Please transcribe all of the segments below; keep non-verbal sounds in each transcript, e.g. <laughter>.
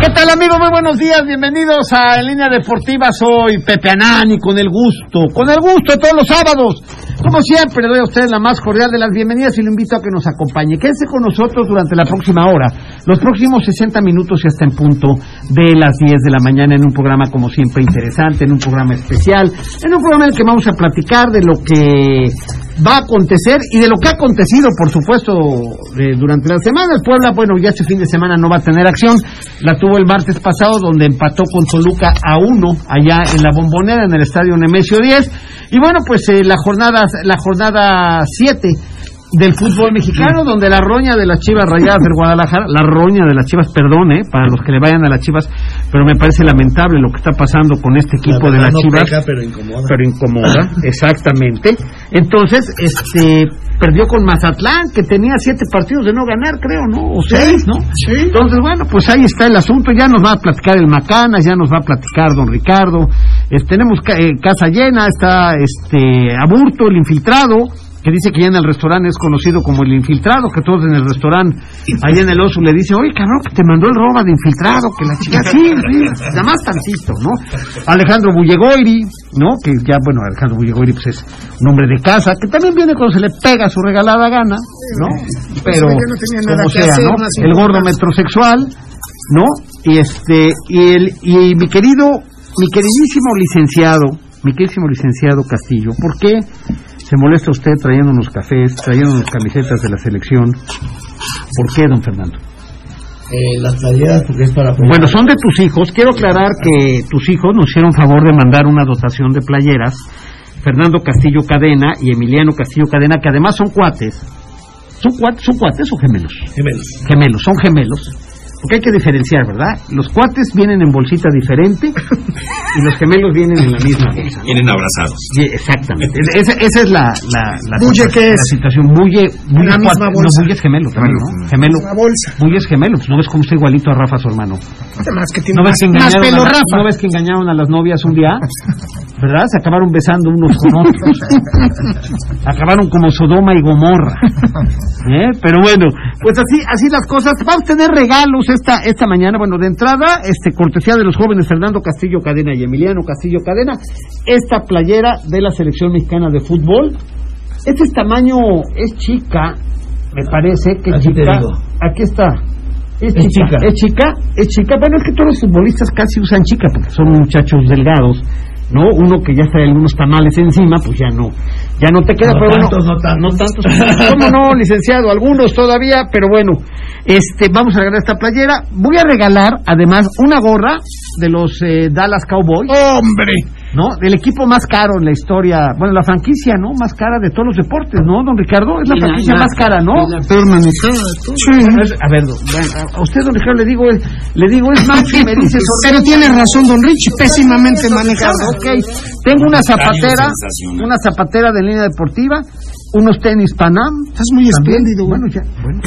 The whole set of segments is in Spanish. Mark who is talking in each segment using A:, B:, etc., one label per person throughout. A: ¿Qué tal amigos? Muy buenos días, bienvenidos a En Línea Deportiva. Soy Pepe Anani, con el gusto, con el gusto de todos los sábados. Como siempre, doy a ustedes la más cordial de las bienvenidas y lo invito a que nos acompañe. Quédense con nosotros durante la próxima hora, los próximos 60 minutos y hasta en punto de las 10 de la mañana en un programa como siempre interesante, en un programa especial, en un programa en el que vamos a platicar de lo que va a acontecer y de lo que ha acontecido, por supuesto, eh, durante la semana. El Puebla, bueno, ya este fin de semana no va a tener acción. La tuvo el martes pasado, donde empató con Toluca a uno allá en la Bombonera, en el estadio Nemesio 10. Y bueno, pues eh, la jornada la jornada 7 del fútbol mexicano, donde la roña de las chivas rayadas del Guadalajara, la roña de las chivas, perdón, eh, para los que le vayan a las chivas, pero me parece lamentable lo que está pasando con este equipo de
B: verdad
A: las
B: no
A: chivas
B: peca, pero incomoda. Ah.
A: pero incomoda, exactamente. Entonces, este perdió con Mazatlán, que tenía siete partidos de no ganar, creo, ¿no? O seis, ¿no?
B: sí.
A: Entonces, bueno, pues ahí está el asunto. Ya nos va a platicar el Macanas, ya nos va a platicar don Ricardo. Es- tenemos ca- eh, casa llena, está este Aburto, el infiltrado que dice que ya en el restaurante es conocido como el infiltrado, que todos en el restaurante, allá en el oso, le dicen, oye, cabrón, que te mandó el roba de infiltrado, que la chica, sí, sí, nada más tantito, ¿no? Alejandro Bullegoiri, ¿no? Que ya, bueno, Alejandro Bullegoiri, pues es un hombre de casa, que también viene cuando se le pega su regalada gana, ¿no? Pero,
B: yo no tenía nada Pues
A: como
B: que
A: sea,
B: hacer,
A: ¿no?
B: no hacía
A: El gordo
B: nada.
A: metrosexual, ¿no? Y este, y el, y mi querido, mi queridísimo licenciado, mi queridísimo licenciado Castillo, ¿por qué se molesta usted trayéndonos cafés, trayéndonos camisetas de la selección? ¿Por qué, don Fernando?
B: Eh, las playeras porque es para
A: Bueno, son de tus hijos. Quiero aclarar que tus hijos nos hicieron favor de mandar una dotación de playeras. Fernando Castillo Cadena y Emiliano Castillo Cadena, que además son cuates. ¿Son cuates, son cuates o gemelos?
B: gemelos.
A: gemelos, son gemelos. Porque hay que diferenciar, ¿verdad? Los cuates vienen en bolsita diferente y los gemelos vienen en la misma bolsa.
C: Vienen abrazados.
A: Sí, exactamente. Es- Esa, esa es la, la, la,
B: ¿Bulle
A: situación-
B: qué es?
A: la situación. Bulle, bulle
B: La misma
A: cuate-
B: bolsa.
A: No, bulle es gemelo también, ¿no? Gemelo.
B: Una bolsa.
A: Bulle es gemelo. Pues no ves cómo está igualito a Rafa, su hermano.
B: Además que tiene
A: ¿No ves, que
B: más, más
A: engañaron
B: pelo
A: a, la-
B: Rafa.
A: ¿No ves que engañaron a las novias un día? ¿Verdad? Se acabaron besando unos con
B: <laughs>
A: otros. acabaron como Sodoma y Gomorra. ¿Eh? Pero bueno, pues así así las cosas. Vamos a tener regalos esta esta mañana. Bueno, de entrada, este cortesía de los jóvenes Fernando Castillo Cadena y Emiliano Castillo Cadena, esta playera de la Selección Mexicana de Fútbol. Este es tamaño, es chica, me parece que
B: Aquí te
A: chica.
B: digo.
A: Aquí está. Es
B: Es
A: chica,
B: chica.
A: es chica, es chica. Bueno, es que todos los futbolistas casi usan chica porque son muchachos delgados, ¿no? Uno que ya trae algunos tamales encima, pues ya no, Ya no te queda,
B: No
A: pero bueno.
B: tantos, no tantos.
A: <laughs> ¿Cómo no, licenciado? Algunos todavía, pero bueno. Este, vamos a regalar esta playera. Voy a regalar, además, una gorra de los eh, Dallas Cowboys.
D: ¡Hombre!
A: ¿no? Del equipo más caro en la historia, bueno, la franquicia, ¿no? Más cara de todos los deportes, ¿no, don Ricardo? Es la franquicia más cara, ¿no? Es- A ver, don- bueno, a usted, don Ricardo, le digo, es- le digo, es más que me dice
D: <laughs> Pero tiene razón, don Rich, pésimamente manejado.
A: manejado. Ok, tengo una zapatera, una zapatera de línea deportiva, unos tenis Panam.
D: Estás muy espléndido, güey.
A: Bueno, ya, bueno.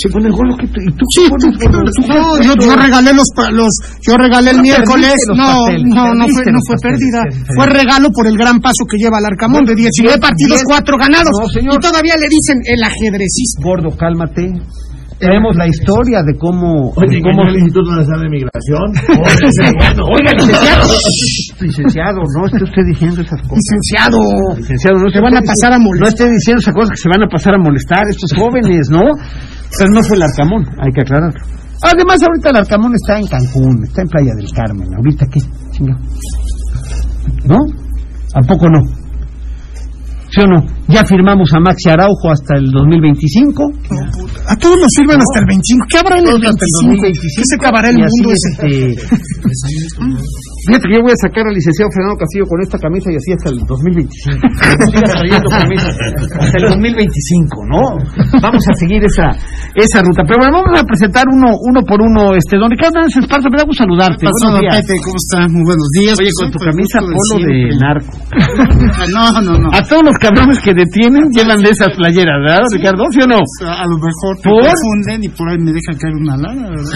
A: Se pone el gol, ¿qué tú- ¿y tú
D: Sí,
A: qué
D: tú-
A: pones,
D: tú-
A: güey?
D: tú- no, yo, yo regalé los, pa- los yo regalé el
A: Pero
D: miércoles,
A: perdiste los
D: no,
A: pasteles,
D: no, no fue,
A: perdiste
D: no
A: los
D: fue
A: pasteles,
D: pérdida,
A: perdiste.
D: fue regalo por el gran paso que lleva el Arcamón de 19 partidos,
A: bien.
D: 4 ganados,
A: No, señor.
D: y todavía le dicen el ajedrecista.
A: Gordo, cálmate. Tenemos la historia de cómo, de cómo
B: el Instituto Nacional de Migración?
A: <laughs>
B: Oye, ese es bueno.
A: Oiga, licenciado. licenciado, no esté usted diciendo esas cosas.
D: Licenciado,
A: Licenciado, no
D: se van a pasar a
A: No
D: molestar.
A: esté diciendo esas cosas que se van a pasar a molestar a estos jóvenes, ¿no? Pero no fue el Arcamón, hay que aclararlo. Además, ahorita el Arcamón está en Cancún, está en Playa del Carmen. ¿Ahorita qué? Chinga. ¿No? ¿A poco no? ¿Sí o no? Ya firmamos a Maxi Araujo hasta el 2025.
D: A todos nos sirven hasta el 25. ¿Qué habrá en el 25? ¿Qué se acabará el
A: Y así,
D: mundo ese?
A: este, Fíjate que yo voy a sacar al licenciado Fernando Castillo con esta camisa y así hasta el <laughs> 2025. No sigas trayendo camisas. Hasta el 2025, ¿no? Vamos a seguir esa esa ruta. Pero bueno, vamos a presentar uno uno por uno. Este, don Ricardo Hernández Esparza, me da gusto saludarte.
D: Pasó,
A: Buenos
D: don
A: días.
D: Pepe, ¿cómo está? Muy buenos días.
A: Oye,
D: Pues
A: con
D: sí,
A: tu
D: pues,
A: camisa
D: gusto
A: polo de
D: siempre.
A: narco.
D: No, no, no.
A: A todos los cabrones que detienen llevan de esas playeras, ¿verdad, Ricardo? ¿Sí o no?
D: A lo mejor te
A: ¿Por?
D: confunden y por ahí me dejan caer una lana, ¿verdad?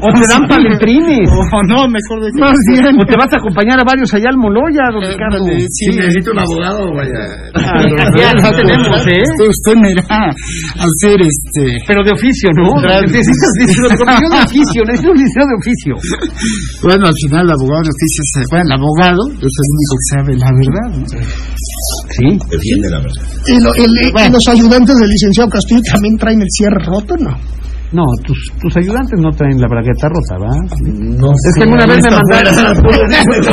A: <laughs> o te dan palentrines.
D: O no, mejor de
A: Más bien. O te vas a acompañar a varios allá al Moloya, don Ricardo.
D: Eh, Sí,
B: necesito un abogado, vaya.
A: Ah, ya lo tenemos, ¿eh?
D: Usted, usted me irá a hacer este.
A: Pero de oficio, ¿no? Necesitas licenciado de oficio, necesitas un licenciado de oficio.
D: Bueno, al final el abogado de oficio se bueno, el abogado es el único que sabe la verdad. ¿no?
A: Sí.
B: Defiende la verdad.
D: Y, lo- el- y los
A: <laughs>
D: ayudantes del licenciado Castillo también traen el cierre roto, ¿no?
A: No, tus, tus ayudantes no traen la bragueta rota, ¿va?
B: No
A: Es que alguna vez me mandaron.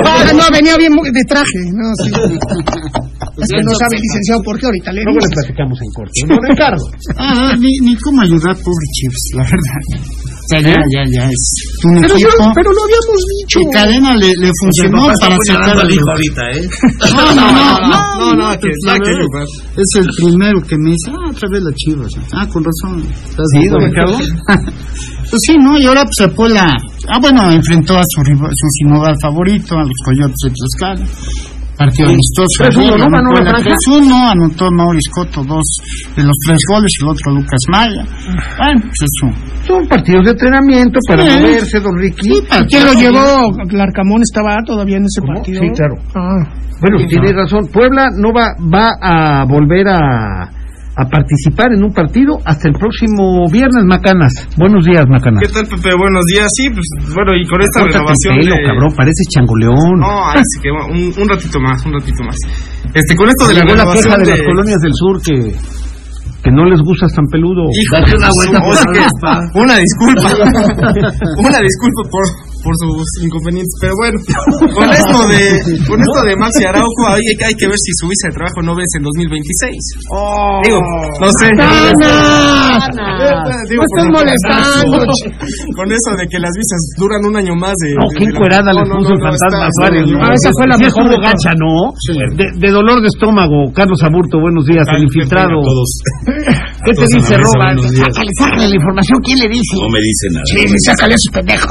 D: Ah, no, venía bien muy- de traje, no, sí. Es que no sabe el licenciado por qué ahorita le
A: Luego
D: digo.
A: le platicamos en ¿eh? corte. ¿no, Ricardo?
D: Ah, ni, ni cómo ayudar, pobre Chips, la verdad. Ya,
A: ¿Eh?
D: ya, ya, ya es un equipo.
A: lo habíamos dicho.
D: Y cadena le, le funcionó para sacar
B: al
D: al
B: hijo ahorita, ¿eh?
D: No, no, no,
B: no, no, no, que
D: pues,
B: nada
D: la
B: que
D: verdad,
B: ver.
D: Es el primero que me dice, ah, otra vez la chivas. Ah, con razón. ¿Estás
A: Sí,
D: de
A: don
D: acuerdo?
A: Ricardo.
D: Pues sí, ¿no? Y ahora pues, se fue la... Ah, bueno, enfrentó a su, rival- su sinodal favorito, a los Coyotes de Tlaxcala. Partido amistoso.
A: 3-1,
D: Ahí
A: ¿no?
D: ganó
A: Ganó la
D: Puebla
A: franja.
D: 3-1, anotó Maurice Cotto dos de los tres goles, el otro Lucas Maya. Bueno, pues eso.
A: Son partidos de entrenamiento para
D: Sí.
A: moverse, don Ricky.
D: ¿Quién lo llevó? Larcamón estaba todavía en ese
A: ¿Cómo?
D: partido.
A: Sí, claro.
D: Ah,
A: Bueno, tiene razón. Puebla no va, va a volver a, a participar en un partido hasta el próximo viernes, Macanas. Buenos días, Macanas.
E: ¿Qué tal, Pepe? Buenos días. Sí, pues bueno, y con esta
A: Córtate el
E: renovación.
A: pelo,
E: de-
A: cabrón, pareces changoleón.
E: No, ay, sí que bueno, un, un ratito más, un ratito más. Este, con esto de la
A: Llegó la queja
E: renovación
A: de,
E: de.
A: las colonias del sur que, que no les gustas tan peludo.
E: Hijo
B: Date una
E: de su- <laughs>
B: vuelta por
E: oye, que-
B: Europa.
E: Una
A: <laughs>
E: disculpa. una disculpa por, por sus inconvenientes. Pero bueno, con esto de, con esto de Maxi Araujo, ahí hay, hay que ver si su visa de trabajo no ves en 2026.
A: Oh.
E: Digo, no sé. Digo, por lo que- Con eso de que las visas duran un año más de.
A: No,
E: de-
A: qué
E: de la-
A: encuerada
E: No,
A: le
E: no,
A: puso
E: no,
A: el
E: no, está-
A: fantasma
E: Ah,
A: Suárez.
E: no,
A: ¿no?
E: no,
D: esa fue la
A: Sí
D: mejor de
A: estuvo gacha, ¿no? Eh, De, de dolor de estómago, Carlos Aburto, buenos días, el infiltrado. <laughs> ¿Qué te
E: todos
A: dice
E: a la mesa,
A: Roba?
E: buenos días.
A: Sácale, sácale la información, ¿quién le dice?
B: No me dice nada.
D: sácale a su pendejo.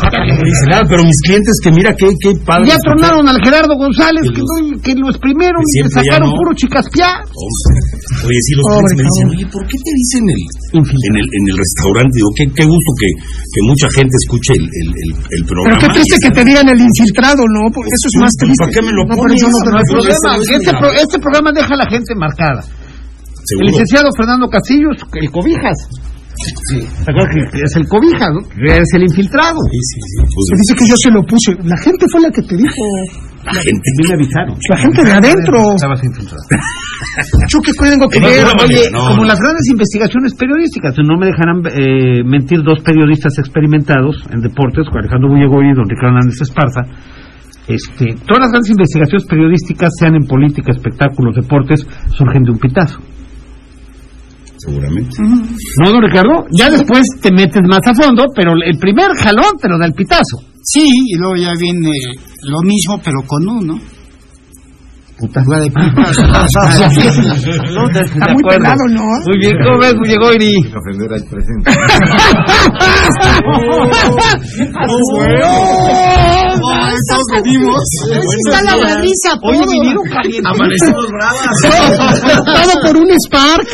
B: Nada, pero mis clientes que mira qué, qué padre.
A: Ya tronaron al Gerardo González,
B: Que
A: que, no- que lo exprimieron
B: que
A: y le
B: siempre ya
A: sacaron
B: no.
A: puro chicaspiá.
B: Hombre. Oye, sí, los clientes me dicen, oye, ¿por qué te dicen el, en, el, en el restaurante? Digo, qué, qué gusto que, que mucha gente escuche el, el, el, el
D: Pero
B: programa.
D: qué
A: Este
D: triste que te digan el infiltrado, ¿no? Porque eso es más triste.
B: ¿Para qué me lo
D: no,
B: pones?
D: Pero yo no te
B: No
D: lo
B: hay
D: pongo.
B: problema.
A: Problema, que este, pro- este programa deja a la gente marcada. El
B: Ah, Seguro.
A: licenciado Fernando Castillos, el cobijas. ¿Te acuerdas que es el cobijas, ¿no? Es el infiltrado.
B: Sí, sí, sí. Pues,
D: Te dice que yo se lo puse. La gente fue la que te dijo.
B: la gente
A: Me avisaron.
D: La gente de adentro.
A: Estabas infiltrado. <laughs> Yo que tengo que
B: De
A: ver,
B: alguna
A: oye,
B: manera, no,
A: como
B: no.
A: las grandes investigaciones periodísticas, no me dejarán eh, mentir dos periodistas experimentados en deportes, Alejandro Bullego y don Ricardo Hernández Esparza, este, todas las grandes investigaciones periodísticas, sean en política, espectáculos, deportes, surgen de un pitazo.
B: seguramente.
A: ¿No, don Ricardo? Ya después te metes más a fondo, pero el primer jalón te lo da el pitazo.
D: Sí, y luego ya viene lo mismo, pero con uno.
A: Putazo. de <laughs>
F: Está muy pelado, ¿no?
A: Muy bien, ¿cómo ves? Llegó Iri. <laughs>
F: <laughs>
G: ofender al presente.
E: Todos venimos.
F: Está la madriza,
A: Oye,
F: todo.
A: vinieron calientes.
E: Amanecemos bravas.
F: Todo por un spark.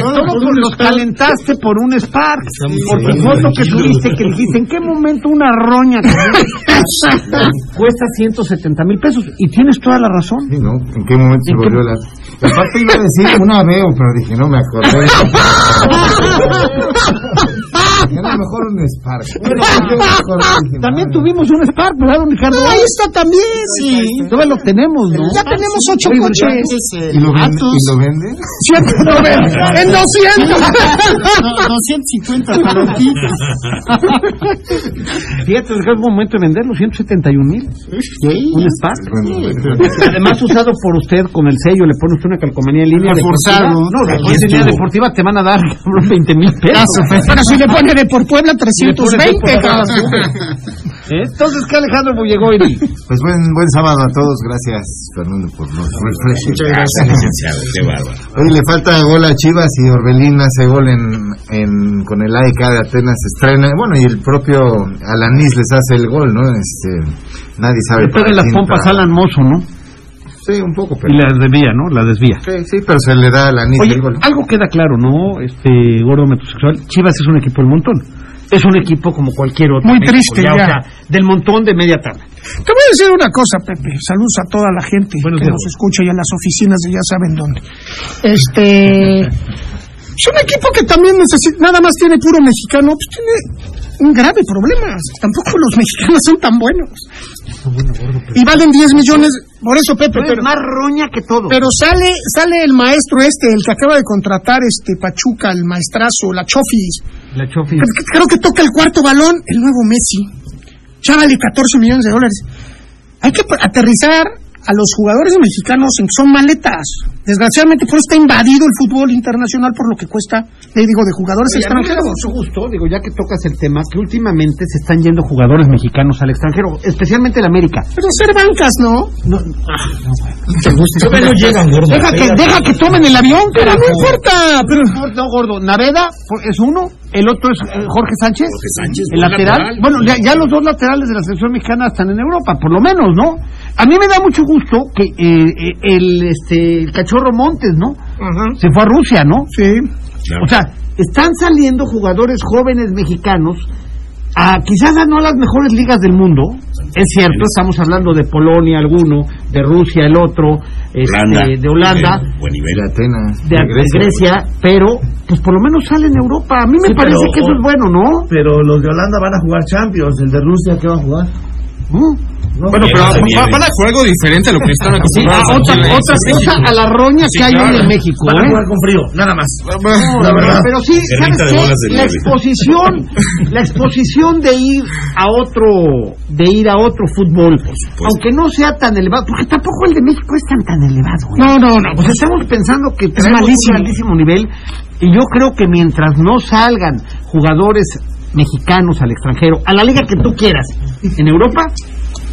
A: Todo por- los calentaste por un Spark. Por tu foto que subiste, que dijiste, ¿en qué momento una roña como esta cuesta 170 mil pesos? Y tienes toda la razón.
G: Sí, ¿no? ¿En qué momento se volvió la.? Aparte iba a decir una veo, pero dije, no me
A: <laughs>
G: acordé. Era mejor un Spark.
A: <laughs> También tuvimos un Spark, ¿verdad, don Ricardo?
F: Ahí está también. Sí.
A: Todavía lo tenemos, ¿no?
F: Ya tenemos ocho
A: Ah, Oye,
F: coches.
G: ¿Y lo vende? ¿Y lo vende?
F: Siete, no, En 200.
D: No, 250 para ti.
A: Fíjate, es un momento de venderlo, 171 mil. Un Spark. Además, usado por usted con el sello, le pone usted una calcomanía en línea.
D: Reforzado.
A: deportiva. No, reforzada en línea deportiva te van a dar <laughs> cabrón, 20 mil pesos.
F: Pero si le pone de por Puebla
A: le pones de
F: 320,
A: por Puebla,
F: cabrón.
A: ¿Eh? Entonces, ¿qué Alejandro Bullegoiri?
G: Pues buen, buen sábado a todos. Gracias, Fernando, por los refrescos. Muchas
B: Licenciado, qué bárbaro.
G: Oye, le falta gol a Chivas y Orbelín hace gol en, en- con el AEK de Atenas. Estrena. Bueno, y el propio Alanis les hace el gol, ¿no? Este, nadie sabe.
A: Le pega
G: para
A: en las
G: quién
A: pompas
G: tra-
A: Alan Mozo, ¿no?
G: Sí, un poco, pero.
A: Y la desvía, ¿no? La desvía.
G: Sí, sí, pero se le da a Alanis
A: Oye, ah,
G: el gol.
A: algo queda claro, ¿no? Este gordo metrosexual, Chivas es un equipo del montón. Es un equipo como cualquier otro.
F: Muy
A: México,
F: triste, ya.
A: o sea, del montón de media tabla.
F: Te voy a decir una cosa, Pepe. Saludos a toda la gente
A: Buenos
F: que
A: días.
F: nos escucha y a las oficinas de ya saben dónde. Este. Es un equipo que también necesita. Nada más tiene puro mexicano. Pues tiene un grave problema. Tampoco los mexicanos son tan buenos. Y valen 10 millones. Por eso, Pepe.
A: Pero
F: pero-
A: es más roña que todo.
F: Pero sale, sale el maestro este, el que acaba de contratar este Pachuca, el maestrazo, la Chofis.
A: La Chofi.
F: Creo que toca el cuarto balón, el nuevo Messi. Ya vale 14 millones de dólares. Hay que aterrizar a los jugadores mexicanos en que son maletas. Desgraciadamente, por eso está invadido el fútbol internacional por lo que cuesta, le digo, de jugadores
A: Oye, a mí me da
F: extranjeros.
A: mucho gusto, digo, ya que tocas el tema, que últimamente se están yendo jugadores mexicanos al extranjero, especialmente el América.
F: Pero ser Pues bancas, ¿no?
B: Todavía no llegan, gordo.
F: Deja
H: ¿eh?
F: que, deja que tomen el avión, pero no importa. Pero
A: No, gordo, Naveda es uno, el otro es eh, Jorge Sánchez,
B: Jorge Sánchez,
A: el
B: buen
A: lateral.
B: lateral.
A: Bueno, ya, ya los dos laterales de la selección mexicana están en Europa, por lo menos, ¿no? A mí me da mucho gusto que eh, eh, el, este, el cachorro Montes, ¿no? Se fue a Rusia, ¿no?
F: sí.
B: Claro.
A: O sea, están saliendo jugadores jóvenes mexicanos a quizás a no a las mejores ligas del mundo. Es cierto, estamos hablando de Polonia alguno, de Rusia el otro, este, de Holanda,
B: Eh, Buen nivel.
G: De Atenas.
A: de, de Grecia, pero pues por lo menos sale en Europa. A mí me
I: Sí,
A: parece
I: pero-
A: que eso es bueno, ¿no?
I: Pero los de Holanda van a jugar Champions, el de Rusia, ¿qué va a jugar?
A: Mm.
E: Bueno, pero va- van a jugar algo diferente a lo que están acostumbrados.
A: Ah, otra,
E: aquí en
A: otra
E: este
A: cosa
E: equipo.
A: a la roña que hay hoy
E: claro.
A: en México.
I: Van a
A: ¿eh?
I: jugar con frío, nada más.
A: No,
I: La verdad.
A: Pero sí,
B: Perrita
A: ¿sabes
B: de bolas
A: qué?
B: de
A: La
B: nieve.
A: exposición, la exposición de ir a otro, de ir a otro fútbol, aunque no sea tan elevado, porque tampoco el de México es tan tan elevado. ¿eh?
F: No, no, no.
A: O sea, estamos pensando que tenemos un
F: malísimo.
A: altísimo nivel y yo creo que mientras no salgan jugadores mexicanos al extranjero, a la liga que tú quieras, en Europa,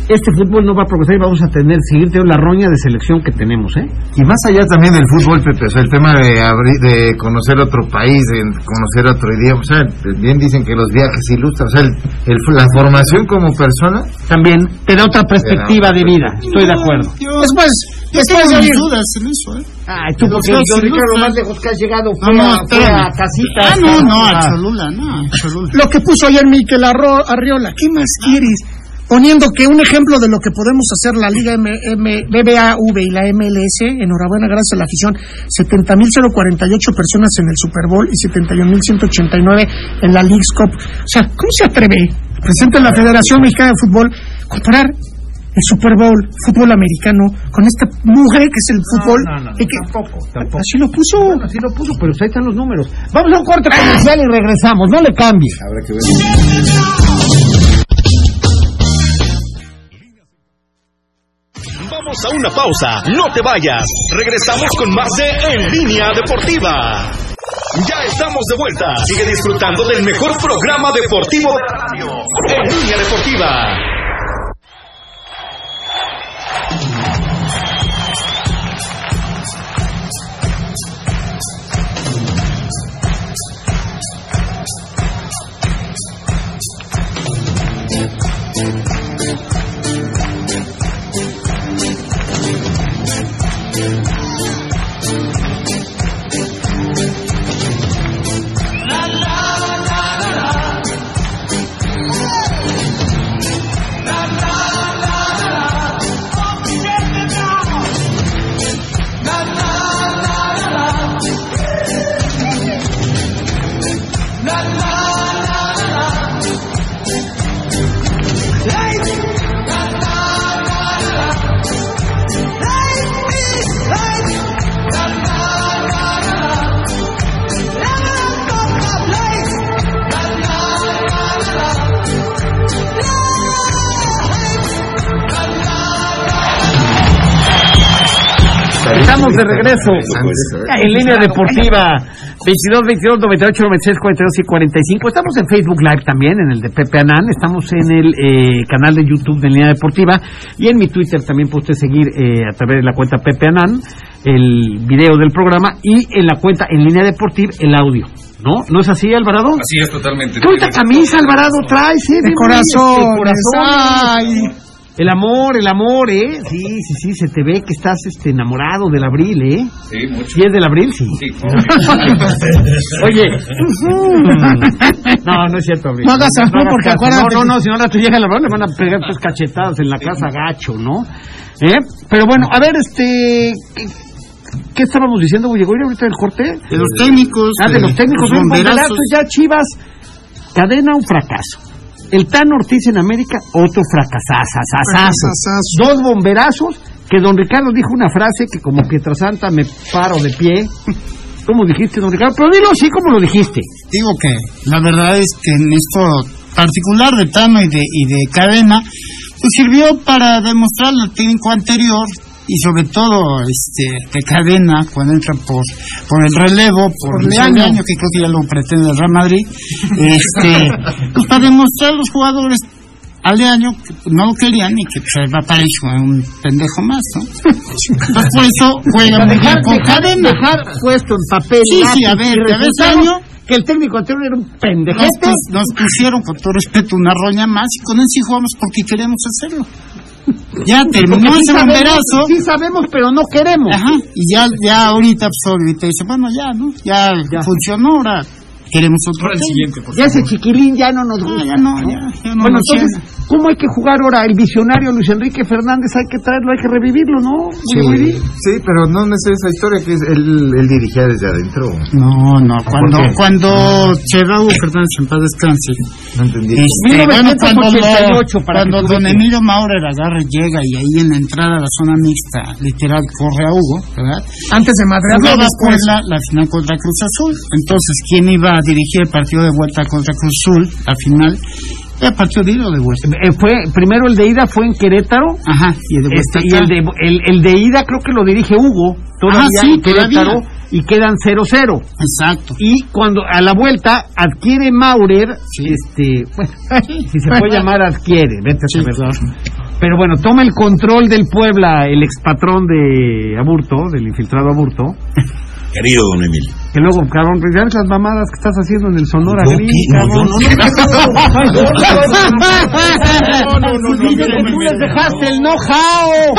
A: este fútbol no va a progresar y vamos a tener, seguir teniendo la roña de selección que tenemos, ¿eh?
G: Y más allá también del fútbol, Pepe, o sea, el tema de abrir, de conocer otro país, de conocer otro idioma, o sea, bien dicen que los viajes ilustran, o sea, el- el- la formación como persona,
A: También te da otra perspectiva de vida, estoy de acuerdo.
F: Después, después de oír.
A: Ay, tú porque
D: Pero
A: yo,
D: sí,
A: Ricardo,
D: sí.
A: más lejos que has llegado fue,
D: No, no,
A: a, fue a
D: espérame.
A: casita.
D: Ah, no, no,
A: Ah,
D: a Cholula, no, a Cholula.
F: lo que puso ayer Miquel Arro- Arriola. ¿Qué más quieres? Poniendo que un ejemplo de lo que podemos hacer la Liga M M BBAV y la MLS, enhorabuena, gracias a la afición, 70.048 personas en el Super Bowl y 71.189 en la League's Cup. O sea, ¿cómo se atreve, presente en la Federación Mexicana de Fútbol, comparar el Super Bowl, fútbol americano, con esta mujer que es el fútbol? y que- Así lo puso.
A: Así lo puso, pero ahí están los números. Vamos a un corte comercial y regresamos, no le cambies.
G: habrá que ver.
C: Vamos a una pausa, no te vayas. Regresamos con más de En Línea Deportiva. Ya estamos de vuelta. Sigue disfrutando del mejor programa deportivo de la radio. En Línea Deportiva.
A: Estamos de regreso en línea deportiva 22 22 98 96 42 y 45. Estamos en Facebook Live también, en el de Pepe Anán. Estamos en el eh, canal de YouTube de línea deportiva y en mi Twitter también puede usted seguir eh, a través de la cuenta Pepe Anán el video del programa y en la cuenta en línea deportiva el audio. ¿No? ¿No es así, Alvarado?
J: Así es totalmente.
A: ¿Qué bonita camisa, Alvarado, traes, eh?
F: De
A: Bien,
F: corazón,
A: este,
F: ay.
A: El amor, el amor, ¿eh? Sí, sí, sí, se te ve que estás este, enamorado del abril, ¿eh?
J: Sí, mucho.
A: ¿Sí es del abril? Sí.
J: Sí, obvio.
A: <laughs> Oye. No, no es cierto, Abril.
F: No hagas afán,
A: hagas
F: porque
A: caso.
F: acuérdate-
A: No, no, no, si no ahora te llega el abril, le van a pegar tus cachetadas en la casa gacho, ¿no? ¿Eh? Pero bueno, a ver, este... ¿Qué, qué estábamos diciendo, Bullegoyra, ahorita del corte?
D: De los técnicos.
A: Ah, de los técnicos,
D: los
A: los
D: bomberazos.
A: ya Chivas, cadena un fracaso. El Tan Ortiz en América, otro fracasazo.
F: Fracasazo.
A: Dos bomberazos, que don Ricardo dijo una frase que como Pietrasanta me paro de
D: <laughs>
A: pie. ¿Cómo dijiste, don Ricardo? Pero dilo así como lo dijiste.
D: Digo que la verdad es que en esto particular de Tano y de, y de Cadena, pues sirvió para demostrar al técnico anterior y sobre todo este de cadena cuando entra por por el relevo por, el
F: Leaño.
D: año que creo que ya lo pretende el Real Madrid este pues para demostrar a los jugadores al año que no lo querían y que se va para hijo un pendejo más no Entonces, por eso juega muy bien con cadena
A: dejar puesto en papel
D: Sí,
A: lápiz
D: sí, a ver,
A: y
D: a ver,
A: resultados
D: Toño.
A: que el técnico anterior era un
D: nos,
A: pendejete.
D: pus- nos pusieron con todo respeto una roña más y con él sí jugamos porque queremos hacerlo. Ya
A: Porque
D: terminó
A: sí
D: ese
A: sabemos-
D: bomberazo.
A: Sí sabemos, pero no queremos.
D: Ajá, y ya, ya ahorita, pues, ahorita dice, bueno, ya, ¿no? Ya,
A: Ya.
D: funcionó, ahora queremos otro.
E: Ahora el
D: tema.
E: siguiente, por
A: Ya ese chiquilín ya no nos
D: Ah,
A: gusta.
D: ya no, ya, ya no
A: bueno,
D: nos
A: entonces, ¿cómo hay que jugar ahora el visionario Luis Enrique Fernández? Hay que traerlo, hay que revivirlo, ¿no?
G: Sí, sí, pero no no es esa historia que es él, él dirigía desde adentro.
D: No, no, cuando,
G: qué?
D: cuando Chevago Fernández en paz descanse,
G: No entendí.
D: Este, bueno, cuando,
A: 1988
D: lo-
A: para
D: cuando
A: que tú
D: don
A: veas.
D: Emilio Maurer agarra y llega y ahí en la entrada a la zona mixta, literal, corre a Hugo, ¿verdad?
F: Antes de madrearlo,
D: Jugaba
F: después.
D: Puebla la final contra Cruz Azul. Entonces, ¿quién iba a dirigir el partido de vuelta contra Cruz Azul, la final? Era partido de ida o de vuelta.
A: Eh, fue, primero el de ida fue en Querétaro.
D: Ajá, y el de vuelta.
A: este, y el de, el, el de ida creo que lo dirige Hugo. Todavía
D: Ah, sí,
A: en Querétaro.
D: todavía.
A: Y quedan 0-0.
D: Exacto.
A: Y cuando a la vuelta adquiere Maurer, este, bueno, <laughs> si se puede llamar adquiere, vete a
D: Sí,
A: saber.
D: claro.
A: Pero bueno, toma el control del Puebla, el expatrón de Aburto, del infiltrado Aburto,
B: Querido don Emilio.
A: que luego, cabrón, pues ya ves las mamadas que estás haciendo en el Sonora
B: ¿Yo
A: Gris,
B: qué? No,
A: cabrón.
B: yo
A: No, no, no, no, no, no, tú les dejaste el
C: Ah.
A: know-how.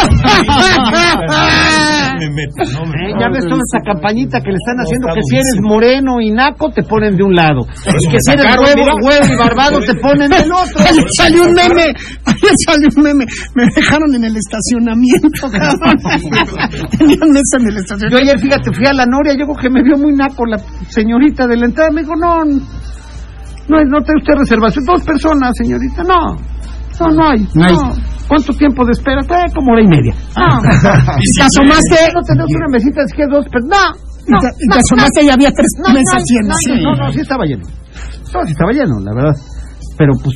B: Me meto, no me-
A: ¿Eh?
F: Ah,
A: Ya ves toda esa campañita que le están haciendo que si eres moreno y naco te ponen de un lado. Y que si eres
B: sacaron,
A: huevo,
B: mira.
A: huevo y barbado te ponen
F: <laughs>
A: del otro.
F: Ahí salió un meme, ahí salió un meme. Me dejaron en el estacionamiento,
A: <laughs>
F: cabrón. Tenían eso en el
A: Yo
F: estacionamiento.
A: ayer, fíjate, fui a la Noria, llegó que me vio muy naco la señorita de la entrada. Me dijo, no, no, no tiene usted reservación. Dos personas, señorita, no. No, no hay.
D: No hay.
A: No. ¿Cuánto tiempo de espera? Eh, como hora y media.
F: <laughs>
A: No. Ah. ¿Te asomaste? No tenemos una mesita, así que dos personas. No,
F: Y
A: no,
F: te- y
A: no,
F: te asomaste y había tres
A: no,
F: mesas
A: no,
F: llenas.
A: no, No, no, sí estaba lleno. No, sí estaba lleno, la verdad. Pero pues,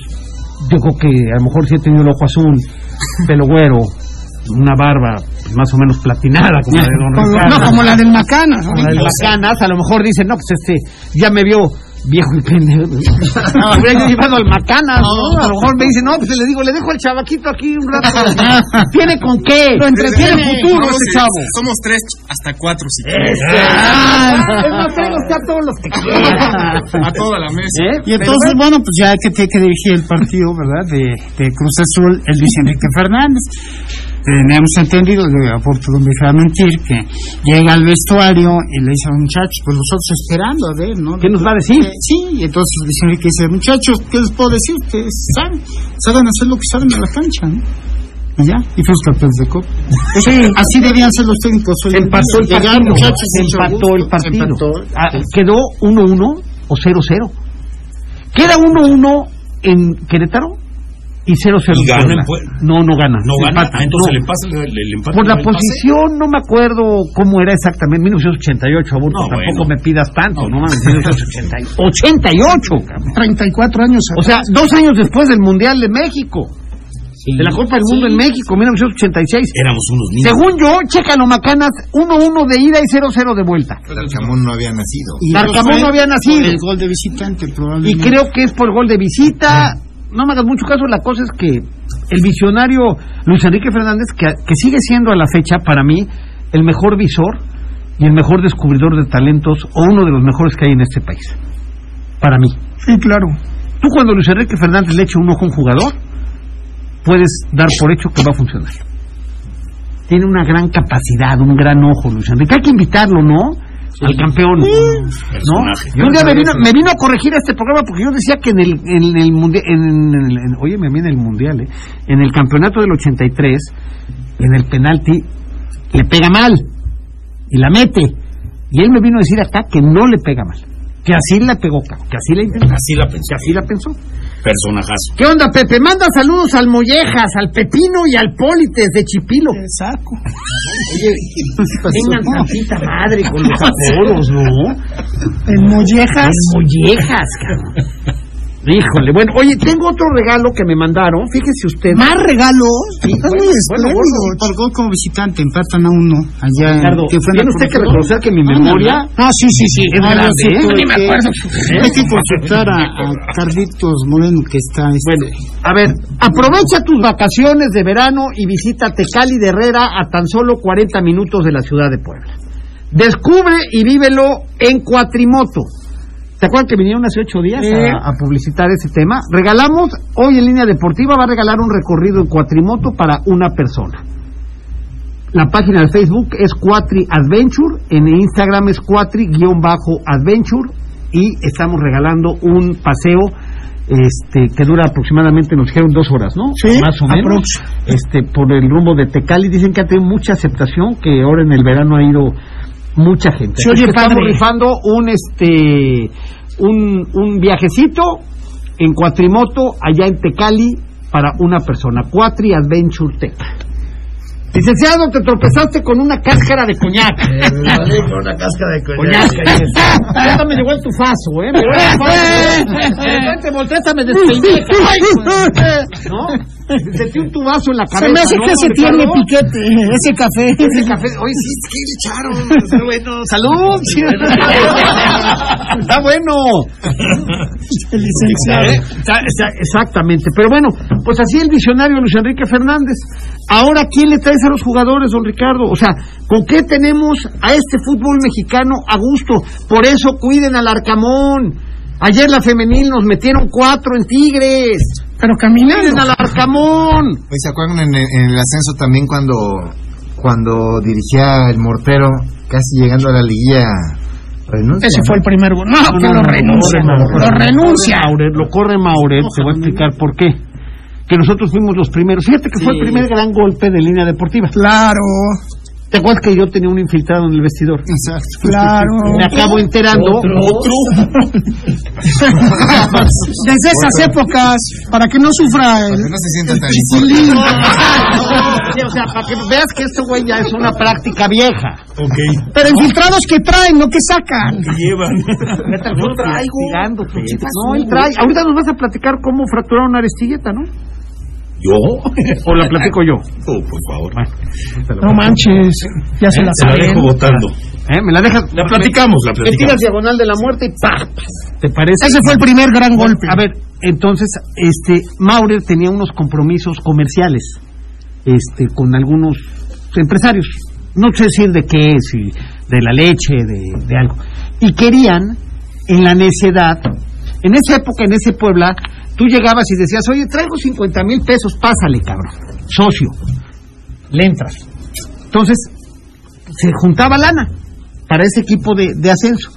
A: yo creo que a lo mejor sí he tenido el ojo azul, pelo güero, una barba más o menos platinada como la de
F: <laughs>
A: Don
F: Como-
A: Ricardo.
F: no, como la del Macanas.
A: Como la del Macanas, a lo mejor dicen, no, pues este, ya me vio viejo y pendejo. <laughs> Hubiera yo llevado al Macanas, ¿no? A lo mejor me dicen, no, pues le digo, le dejo al chavaquito aquí
D: <laughs>
A: un rato. ¿Tiene con qué? Lo entretiene futuro
E: Somos-
A: ese chavo.
E: eh, Somos tres, hasta cuatro si
A: Ah, Es más, traigo usted a todos los que quieran.
D: <laughs>
E: A toda la mesa.
D: ¿Eh? Y entonces, bueno, pues ya que tiene que dirigir el partido, ¿verdad? De, de Cruz Azul, el Luis Enrique Fernández. Teníamos Eh, entendido, de aporto no me deja mentir, que llega al vestuario y le dice a los muchachos, pues nosotros esperando a ver, ¿no?
A: ¿Qué nos va a decir?
D: Eh, sí, y entonces Luis Enrique dice, muchachos, ¿qué les puedo decir? Que saben, saben hacer lo que saben en la cancha, ¿no? Y ya, y fuimos campeones de Copa. <laughs> Así debían ser los técnicos. hoy en
A: Empató el
D: día. Llegar,
A: partido.
D: muchachos, mucho
A: Empató
D: gusto,
A: el partido.
D: empató.
A: Ah, quedó 1-1 o 0-0. Queda 1-1 en Querétaro y 0-0 en
B: Y gana
A: Puebla.
B: en Puebla.
A: No, no gana.
B: No
A: se
B: gana,
A: empata.
B: Ah, entonces
A: No.
B: le pasa el, el empate.
A: Por
B: ¿no?
A: la
B: El pase.
A: posición, no me acuerdo cómo era exactamente. 1988, aburto,
B: No,
A: tampoco
B: bueno.
A: me pidas tanto, no, mames. 1988. 88, cabrón.
F: 34 años.
A: O sea, dos años después del Mundial de México,
B: Sí.
A: de la Copa del Mundo en México, 1986.
B: Éramos unos niños.
A: Según yo, chécalo, Macanas, 1-1 de ida y 0-0 de vuelta.
G: Tarcamón no había nacido.
D: Y
A: Narcamón
D: fue
A: no había nacido.
D: por El gol de visitante,
A: Y
D: probablemente.
A: creo que es por gol de visita. No me hagas mucho caso, la cosa es que el visionario Luis Enrique Fernández, que, que sigue siendo a la fecha para mí el mejor visor y el mejor descubridor de talentos, o uno de los mejores que hay en este país. Para mí.
F: Sí, claro.
A: Tú cuando Luis Enrique Fernández le echa un ojo a un jugador, puedes dar por hecho que va a funcionar. Tiene una gran capacidad, un gran ojo, Luis Enrique. Hay que invitarlo, ¿no? Al campeón. ¿no?
B: Personaje.
A: Y un día me vino, me vino a corregir a este programa porque yo decía que en el, en el mundial, en, el- en- óyeme a mí en el mundial, ¿eh? en el campeonato del 83, en el penalti, le pega mal y la mete. Y él me vino a decir acá que no le pega mal, que así la pegó, cabrón, que así la intentó,
B: Así la pensé.
A: que así la pensó.
B: Personajazo.
A: ¿Qué onda, Pepe? Manda saludos al Mollejas, al Pepino y al Polites de Chipilo.
D: Saco.
A: Tengan tantita madre con los apodos, ¿no?
F: En Mollejas.
A: Mollejas, cabrón. <laughs> Híjole, bueno, oye, tengo otro regalo que me mandaron, fíjese usted.
F: Más regalos. Estás muy
D: Bueno,
F: espléndido.
D: gordo, por gol como visitante empatan a uno allá en
A: Ricardo,
D: que fue en
A: tiene
D: la
A: usted que
D: Copa Oro.
A: reconocer que mi
D: Ándale.
A: memoria
D: Ah, sí, sí, sí.
A: es
D: Ah, yo
A: grande,
D: sí
A: ¿eh?
D: tuve
A: Ni me
D: que-
A: acuerdo.
D: Hay que consultar a, a Carlitos Moreno que está. este,
A: Bueno, a ver, aprovecha tus vacaciones de verano y visita Tecali de Herrera a tan solo 40 minutos de la ciudad de Puebla. Descubre y vívelo en Cuatrimoto. ¿Te acuerdan que vinieron hace ocho días
F: Eh.
A: a, a publicitar ese tema? Regalamos, hoy en línea deportiva va a regalar un recorrido en Cuatrimoto para una persona. La página de Facebook es Cuatri Adventure, en Instagram es Cuatri-Adventure y estamos regalando un paseo este que dura aproximadamente, nos dijeron dos horas, ¿no?
F: Sí,
A: más o menos. Este, por el rumbo de Tecali, dicen que ha tenido mucha aceptación, que ahora en el verano ha ido mucha gente.
F: Se
A: Así
F: oye
A: que estamos
F: padre.
A: rifando un este un, un viajecito en cuatrimoto allá en Tecali para una persona, Cuatri Adventure Tech. Licenciado, te tropezaste con una cáscara de coñac.
I: Con una cáscara de coñac.
A: Ya me llegó el tufazo, ¿eh? Me llegó el tufazo. De repente volteé, hasta me despeiné. pues. ¿No? <laughs> Sentí un tubazo en la cabeza.
F: Se me hace
A: ¿no,
F: que ese
A: Ricardo?
F: tiene piquete, ese café.
A: Ese café, oye, sí, es que le echaron. Está bueno. ¡Salud! Sí. Está <laughs> bueno.
F: Licenciado.
A: Eh, está- está- exactamente. Pero bueno, pues así el visionario Luis Enrique Fernández. Ahora, ¿quién le traes a los jugadores, don Ricardo? O sea, ¿con qué tenemos a este fútbol mexicano a gusto? Por eso cuiden al Arcamón. Ayer la femenil nos metieron cuatro en Tigres.
F: Pero caminando.
A: Cuiden al Arcamón.
G: Oye, ¿Se acuerdan en, en el ascenso también cuando, cuando dirigía el mortero, casi llegando a la liguilla? Renuncia.
F: Ese fue el primer gol. No, que lo renuncia.
A: corre Mauret.
F: Lo renuncia.
A: Mauret, lo corre Mauret, te voy a explicar por qué. Que nosotros fuimos los primeros. Fíjate que fue el primer gran golpe de línea deportiva.
F: Claro,
A: ¿Te acuerdas que yo tenía un infiltrado en el vestidor?
F: claro.
A: <laughs> Me acabo enterando.
F: Desde esas épocas, para que no sufra el,
G: Pues No se sienta tan
F: el cilindro.
A: Sí, o sea, para que veas que esto, güey, ya es una práctica vieja.
B: Ok.
F: Pero infiltrados que traen, no que sacan.
B: Llevan.
A: No traigo. No, él trae. Ahorita nos vas a platicar cómo fracturaron una arestilleta, ¿no?
B: ¿Yo?
A: ¿O la platico yo?
B: Oh, por favor.
F: No manches, ya se
B: Eh,
F: la
B: Te la
F: saben.
B: dejo votando.
A: ¿Eh? ¿Me la dejas?
B: La platicamos, la
A: Le tiras
B: platicamos.
A: diagonal de la muerte y ¡pa! ¿Te parece?
F: Ese fue el primer gran golpe.
A: A ver, entonces, este, Maurer tenía unos compromisos comerciales, este, con algunos empresarios. No sé decir de qué, si de la leche, de, de algo. Y querían, en la necedad, en esa época, en ese Puebla, tú llegabas y decías, oye, traigo 50 mil pesos, pásale, cabrón, socio, le entras. Entonces, se juntaba lana para ese equipo de, de ascenso.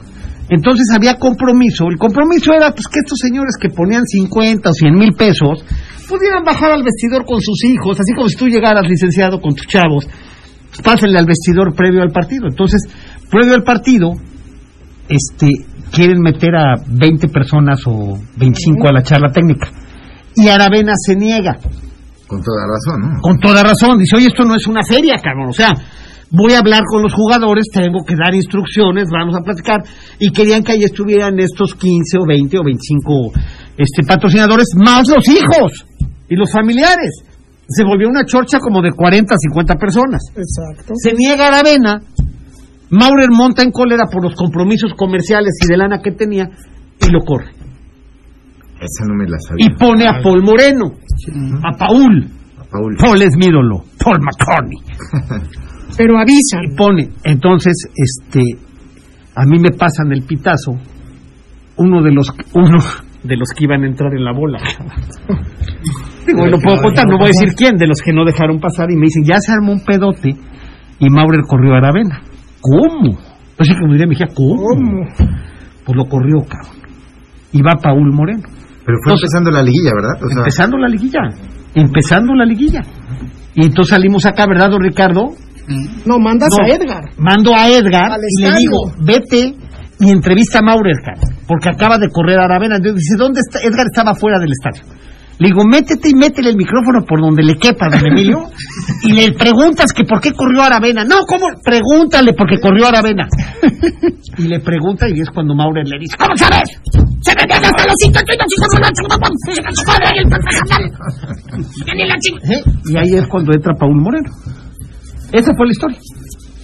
A: Entonces había compromiso. El compromiso era pues, que estos señores que ponían 50 o 100 mil pesos pudieran bajar al vestidor con sus hijos, así como si tú llegaras licenciado con tus chavos. pues, pásenle al vestidor previo al partido. Entonces, previo al partido, este, quieren meter a 20 personas o 25 a la charla técnica. Y Aravena se niega.
G: Con toda razón, ¿no?
A: Con toda razón, dice, oye, esto no es una feria, cabrón. O sea, voy a hablar con los jugadores, tengo que dar instrucciones, vamos a platicar. Y querían que ahí estuvieran estos 15 o 20 o 25 este, patrocinadores, más los hijos y los familiares. Se volvió una chorcha como de 40, 50 personas.
F: Exacto.
A: Se niega Aravena. Maurer monta en cólera por los compromisos comerciales y de lana que tenía y lo corre.
G: Esa no me la
A: Y
G: sabía.
A: pone a Paul Moreno, a Paul.
G: Paul.
A: Paul es mi ídolo, Paul McCartney.
F: <laughs> Pero avisan.
A: Y pone, entonces, este, a mí me pasan el pitazo, uno de los, uno de los que iban a entrar en la <laughs> bola. Digo, no puedo contar, no voy a decir quién, de los que no dejaron pasar, y me dicen, ya se armó un pedote, y Maurer corrió a Aravena. ¿Cómo? Pues sí, como diría mi hija, ¿cómo? Pues lo corrió, cabrón. Y va Paul Moreno.
G: Pero fue
A: Entonces-
G: empezando la liguilla, ¿verdad? O sea,
A: Empezando la liguilla. Empezando la liguilla. Y entonces salimos acá, ¿verdad, don Ricardo?
F: No, mandas
A: No.
F: a Edgar.
A: Mando a Edgar
F: Al
A: y le
F: estadio.
A: digo, vete y entrevista a Maurer, cabrón, porque acaba de correr a Aravena. Entonces dice, ¿dónde está? Edgar estaba fuera del estadio. Le digo, métete y métele el micrófono por donde le quepa, don Emilio, y le preguntas que por qué corrió a Aravena. No, ¿cómo? Pregúntale porque corrió a Aravena. Y le pregunta y es cuando Maurer le dice, ¿cómo sabes? Se me vean hasta los cintos, cintos, cintos, cintos, cintos, cintos, cintos, madre, el profesional. Ni la ching- ¿Eh? Y ahí es cuando entra Paul Moreno. Esa fue la historia.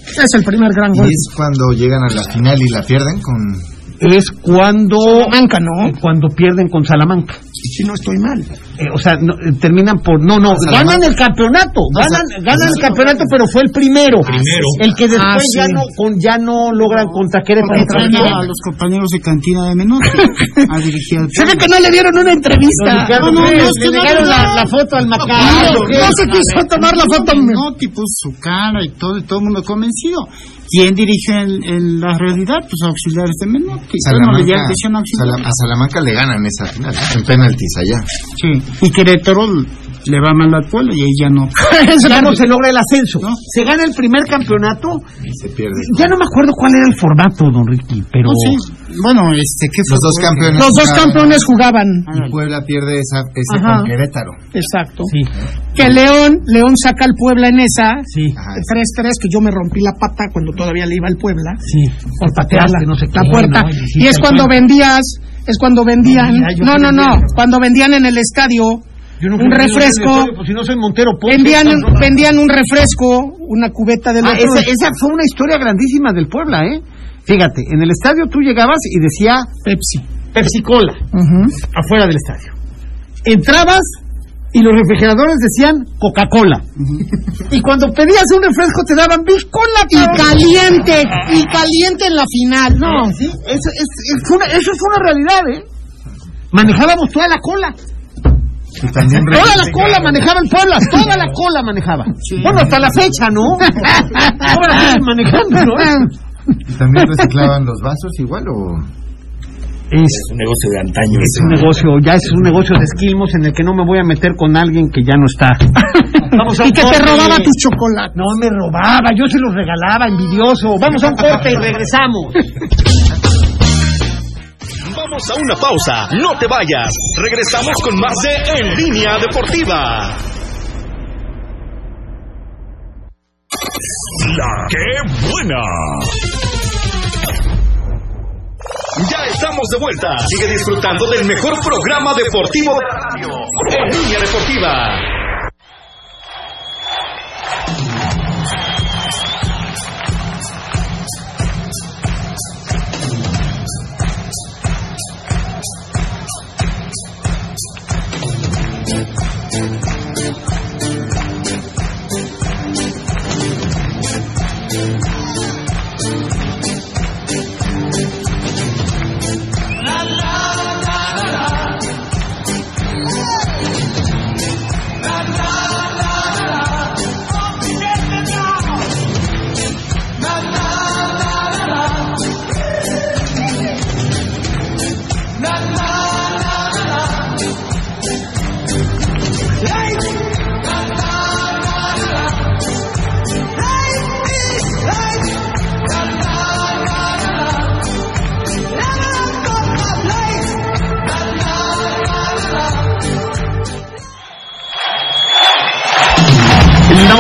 F: Es el primer gran
G: y
F: golpe.
G: es cuando llegan a la final y la pierden con...
A: es cuando eh,
F: Salamanca, ¿no?
A: cuando pierden con Salamanca.
F: Si no estoy mal.
A: Eh, o sea, no, eh, terminan por no, no,
G: Salamanca.
A: ganan el campeonato, ganan, ganan el campeonato, pero fue el primero,
B: Primero.
A: el que después
F: Ah, sí.
A: ya no con, ya no logran contra Querétaro.
D: Porque traen a los compañeros de cantina de Menotti a dirigir al
F: Se ve que no le dieron una entrevista.
A: Ricardo,
D: no, no,
A: ¿qué?
D: es que
A: le
D: no,
A: negaron
D: no.
A: la, la foto al Macario.
D: Claro,
A: ¿qué?
D: no
F: se quiso tomar la foto.
A: <laughs>
D: Menotti puso su cara y todo, y todo el mundo convencido. ¿Quién dirige el- el- la realidad? Pues auxiliares de Menotti. Yo no le di
G: Salamanca,
D: atención a auxiliares.
G: Sala- a Salamanca le ganan esa final, ¿eh? en penaltis allá.
D: Sí. Y Querétaro le va mal al pueblo y ahí ya no.
A: Ya no se logra el ascenso.
D: No.
A: Se gana el primer campeonato.
G: Y se pierde.
A: Ya no me acuerdo cuál era el formato, don Ricky, pero
D: No, sí. Bueno, este, ¿qué
G: Los dos
D: fue?
G: campeones.
F: Los dos
G: jugaban
F: campeones jugaban.
G: Y Puebla pierde esa, esa
F: Ajá.
G: con Querétaro.
F: Exacto.
A: Sí,
F: Que León, León saca al Puebla en esa.
A: sí,
G: Ajá.
F: el 3-3, que yo me rompí la pata cuando todavía le iba al Puebla.
A: sí.
F: Por patear la,
A: Pateaste, no sé
F: la
A: qué,
F: puerta.
A: ¿no? Y
F: y
A: hiciste
F: es
A: el
F: cuando
A: juego.
F: vendías, es cuando vendían.
A: No, mira, yo
F: No, no, no.
A: también.
F: Cuando vendían en el estadio.
A: Yo no
F: Un
A: fui-
F: refresco.
A: yo no fui- pues si no soy Montero, Ponce,
F: Vendían,
A: cabrón.
F: vendían un refresco, una cubeta de
A: Ah,
F: la
A: esa, esa fue una historia grandísima del Puebla, ¿eh? Fíjate, en el estadio tú llegabas y decía
F: Pepsi.
A: Pepsi Cola
F: Ujú.
A: afuera del estadio. Entrabas y los refrigeradores decían Coca-Cola. Y cuando pedías un refresco te daban Big Cola.
F: Y caliente, y caliente en la final. No,
A: No, sí, eso es, es una, eso es una realidad, ¿eh? Manejábamos toda la cola.
G: Y también re-
A: Toda la cola manejaba el <laughs> Puebla, toda la cola manejaba. Bueno, hasta la fecha, ¿no? <laughs> Ahora siguen manejando, ¿no?
G: y también reciclaban los vasos igual o
A: Es
B: Es un negocio de antaño.
A: es <laughs> un negocio, ya es un negocio de esquilmos en el que no me voy a meter con alguien que ya no está. <laughs> Vamos a un
F: y que te
A: corte.
F: robaba tus chocolates.
A: No me robaba, yo se los regalaba, envidioso. Vamos a un corte y regresamos. <laughs>
C: Vamos a una pausa, no te vayas. Regresamos con más de En Línea Deportiva. La que buena. Ya estamos de vuelta. Sigue disfrutando del mejor programa deportivo de la radio. En Línea Deportiva.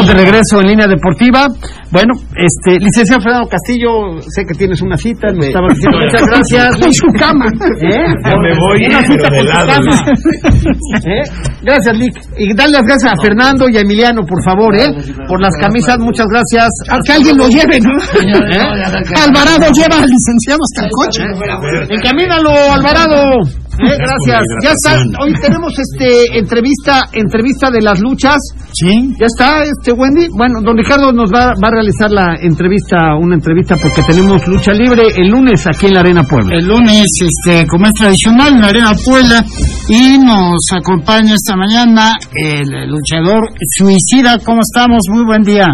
A: de regreso en línea deportiva. Bueno, este, licenciado Fernando Castillo, sé que tienes una cita, me estabas diciendo muchas gracias.
F: Con su cama.
A: ¿Eh?
K: Ya me voy,
A: Una
K: pero de
A: cita con tu
K: lado.
A: cama. ¿Eh? Gracias, Lick. Y dale las gracias a Fernando y a Emiliano, por favor, ¿eh? Por las camisas, muchas gracias.
F: A que alguien lo lleve, ¿no?
A: ¿Eh?
F: Alvarado lleva al licenciado hasta el coche.
D: <laughs>
A: Encamínalo, Alvarado. Eh, gracias. Ya está. Hoy tenemos este entrevista, entrevista de las luchas.
D: Sí.
A: Ya está, este Wendy. Bueno, don Ricardo nos va, va a realizar la entrevista, una entrevista porque tenemos lucha libre el lunes aquí en la Arena Puebla.
D: El lunes, este, como es tradicional, en la Arena Puebla. Y nos acompaña esta mañana el luchador suicida. ¿Cómo estamos? Muy buen día.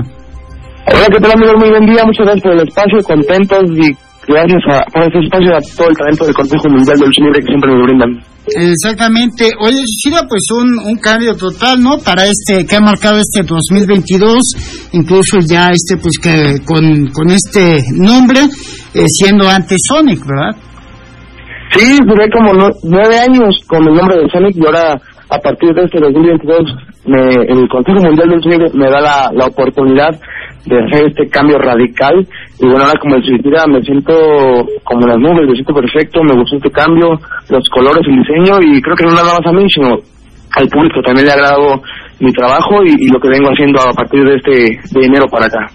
H: Hola, ¿qué tal, amigos? Muy buen día. Muchas gracias por el espacio, contentos y gracias a, por este espacio y a todo el talento del Consejo Mundial de Lucha Libre que siempre nos brindan.
D: Exactamente. Oye, Suicida, pues un, un cambio total, ¿no? Para este, que ha marcado este 2022, incluso ya este, pues que con, con este nombre, eh, siendo antes Sonic, ¿verdad?
H: Sí, duré como no- nueve años con el nombre de Sonic y ahora, a partir de este 2022, me, el Consejo Mundial de Lucha Libre me da la, la oportunidad de hacer este cambio radical y bueno, ahora como el suicida me siento como en las nubes, me siento perfecto, me gustó este cambio, los colores, el diseño y creo que no nada más a mí, sino al público también le agrado mi trabajo y, y lo que vengo haciendo a partir de este de enero para acá.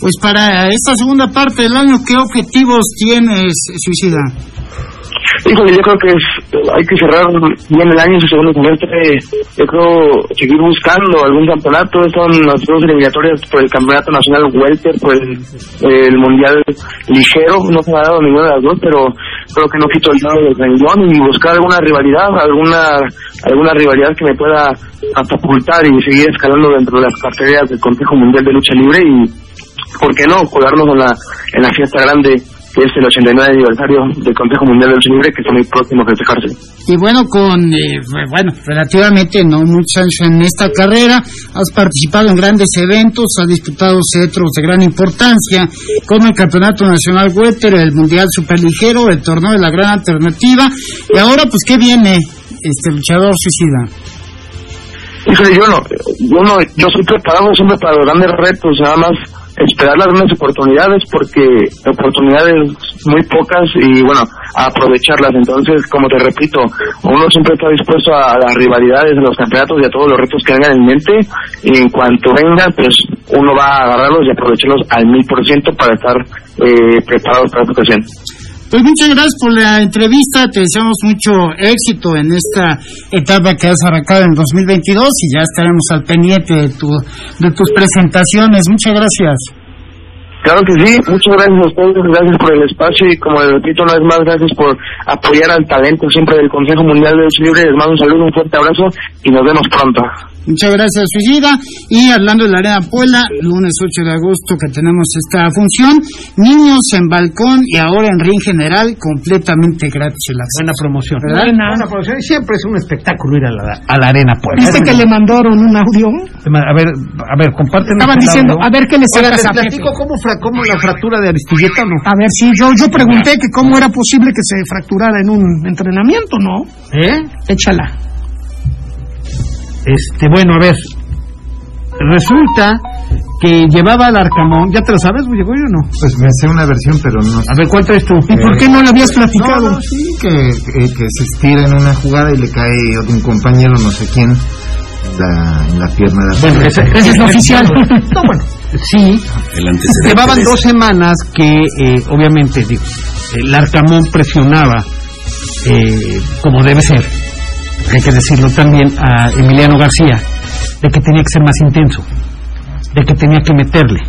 D: Pues para esta segunda parte del año, ¿qué objetivos tienes, Suicida?
H: Híjole, yo creo que es- hay que cerrar bien el año, su segundo semestre. Yo creo seguir buscando algún campeonato. Son las dos eliminatorias por el Campeonato Nacional Welter, por el, el Mundial Ligero. No se me ha dado ninguna de las dos, pero creo que no quito el lado del renglón y buscar alguna rivalidad, alguna alguna rivalidad que me pueda catapultar y seguir escalando dentro de las carteras del Consejo Mundial de Lucha Libre y ¿por qué no colarnos en la, en la fiesta grande que es el 89 aniversario del Consejo Mundial de Lucha Libre que está muy próximo a festejarse?
D: Y bueno, con, eh, bueno, relativamente no muchos años en esta carrera, has participado en grandes eventos, has disputado cetros de gran importancia, como el Campeonato Nacional Welter, el Mundial Superligero, el Torneo de la Gran Alternativa, y ahora, pues, ¿qué viene este luchador suicida?
H: Híjole, yo no, yo no, yo soy preparado siempre para los grandes retos, nada más esperar las grandes oportunidades porque oportunidades muy pocas y bueno, aprovecharlas. Entonces, como te repito, uno siempre está dispuesto a las rivalidades, a los campeonatos y a todos los retos que vengan en mente y en cuanto vengan, pues uno va a agarrarlos y aprovecharlos al mil por ciento para estar eh, preparado para esta ocasión.
D: Pues muchas gracias por la entrevista, te deseamos mucho éxito en esta etapa que has arrancado en 2022 y ya estaremos al pendiente de, tu, de tus presentaciones. Muchas gracias.
H: Claro que sí, muchas gracias a ustedes, gracias por el espacio y como les repito una vez más, gracias por apoyar al talento siempre del Consejo Mundial de Lucha Libre. Les mando un saludo, un fuerte abrazo y nos vemos pronto.
D: Muchas gracias, Suicida. Y hablando de la Arena Puebla, lunes 8 de agosto que tenemos esta función, niños en balcón y ahora en ring general, completamente gratis el acceso.
A: Buena promoción.
D: ¿Verdad?
A: Buena promoción. Y pues, eh, Siempre es un espectáculo ir a la, a la Arena pues. Puebla.
F: ¿Viste que le mandaron un audio?
A: A ver, a ver, compártelo.
F: Estaban diciendo, a ver qué le
A: Oiga, ¿te
F: sacas a
A: platico
F: Pepe?
A: cómo, fra- cómo la fractura de Aristilleta no?
F: A ver, sí, yo, yo pregunté que cómo era posible que se fracturara en un entrenamiento, ¿no?
A: ¿Eh?
F: Échala.
A: Este, bueno, a ver. Resulta que llevaba al Arcamón. ¿Ya te lo sabes, güey, güey, o no?
G: Pues me sé una versión, pero no.
A: A ver, ¿cuál traes tú?
G: ¿Y por qué no
F: lo habías
G: Ah, No, no, sí, que, que- que se estira en una jugada y le cae otro- un compañero, no sé quién, la, en la pierna. de la-
A: Bueno, ese, ese es lo oficial. No, bueno, sí.
B: El antecedente
A: Llevaban
B: de
A: dos semanas que, eh, obviamente, digo, el Arcamón presionaba, eh, como debe ser, hay que decirlo también, a Emiliano García, de que tenía que ser más intenso, de que tenía que meterle,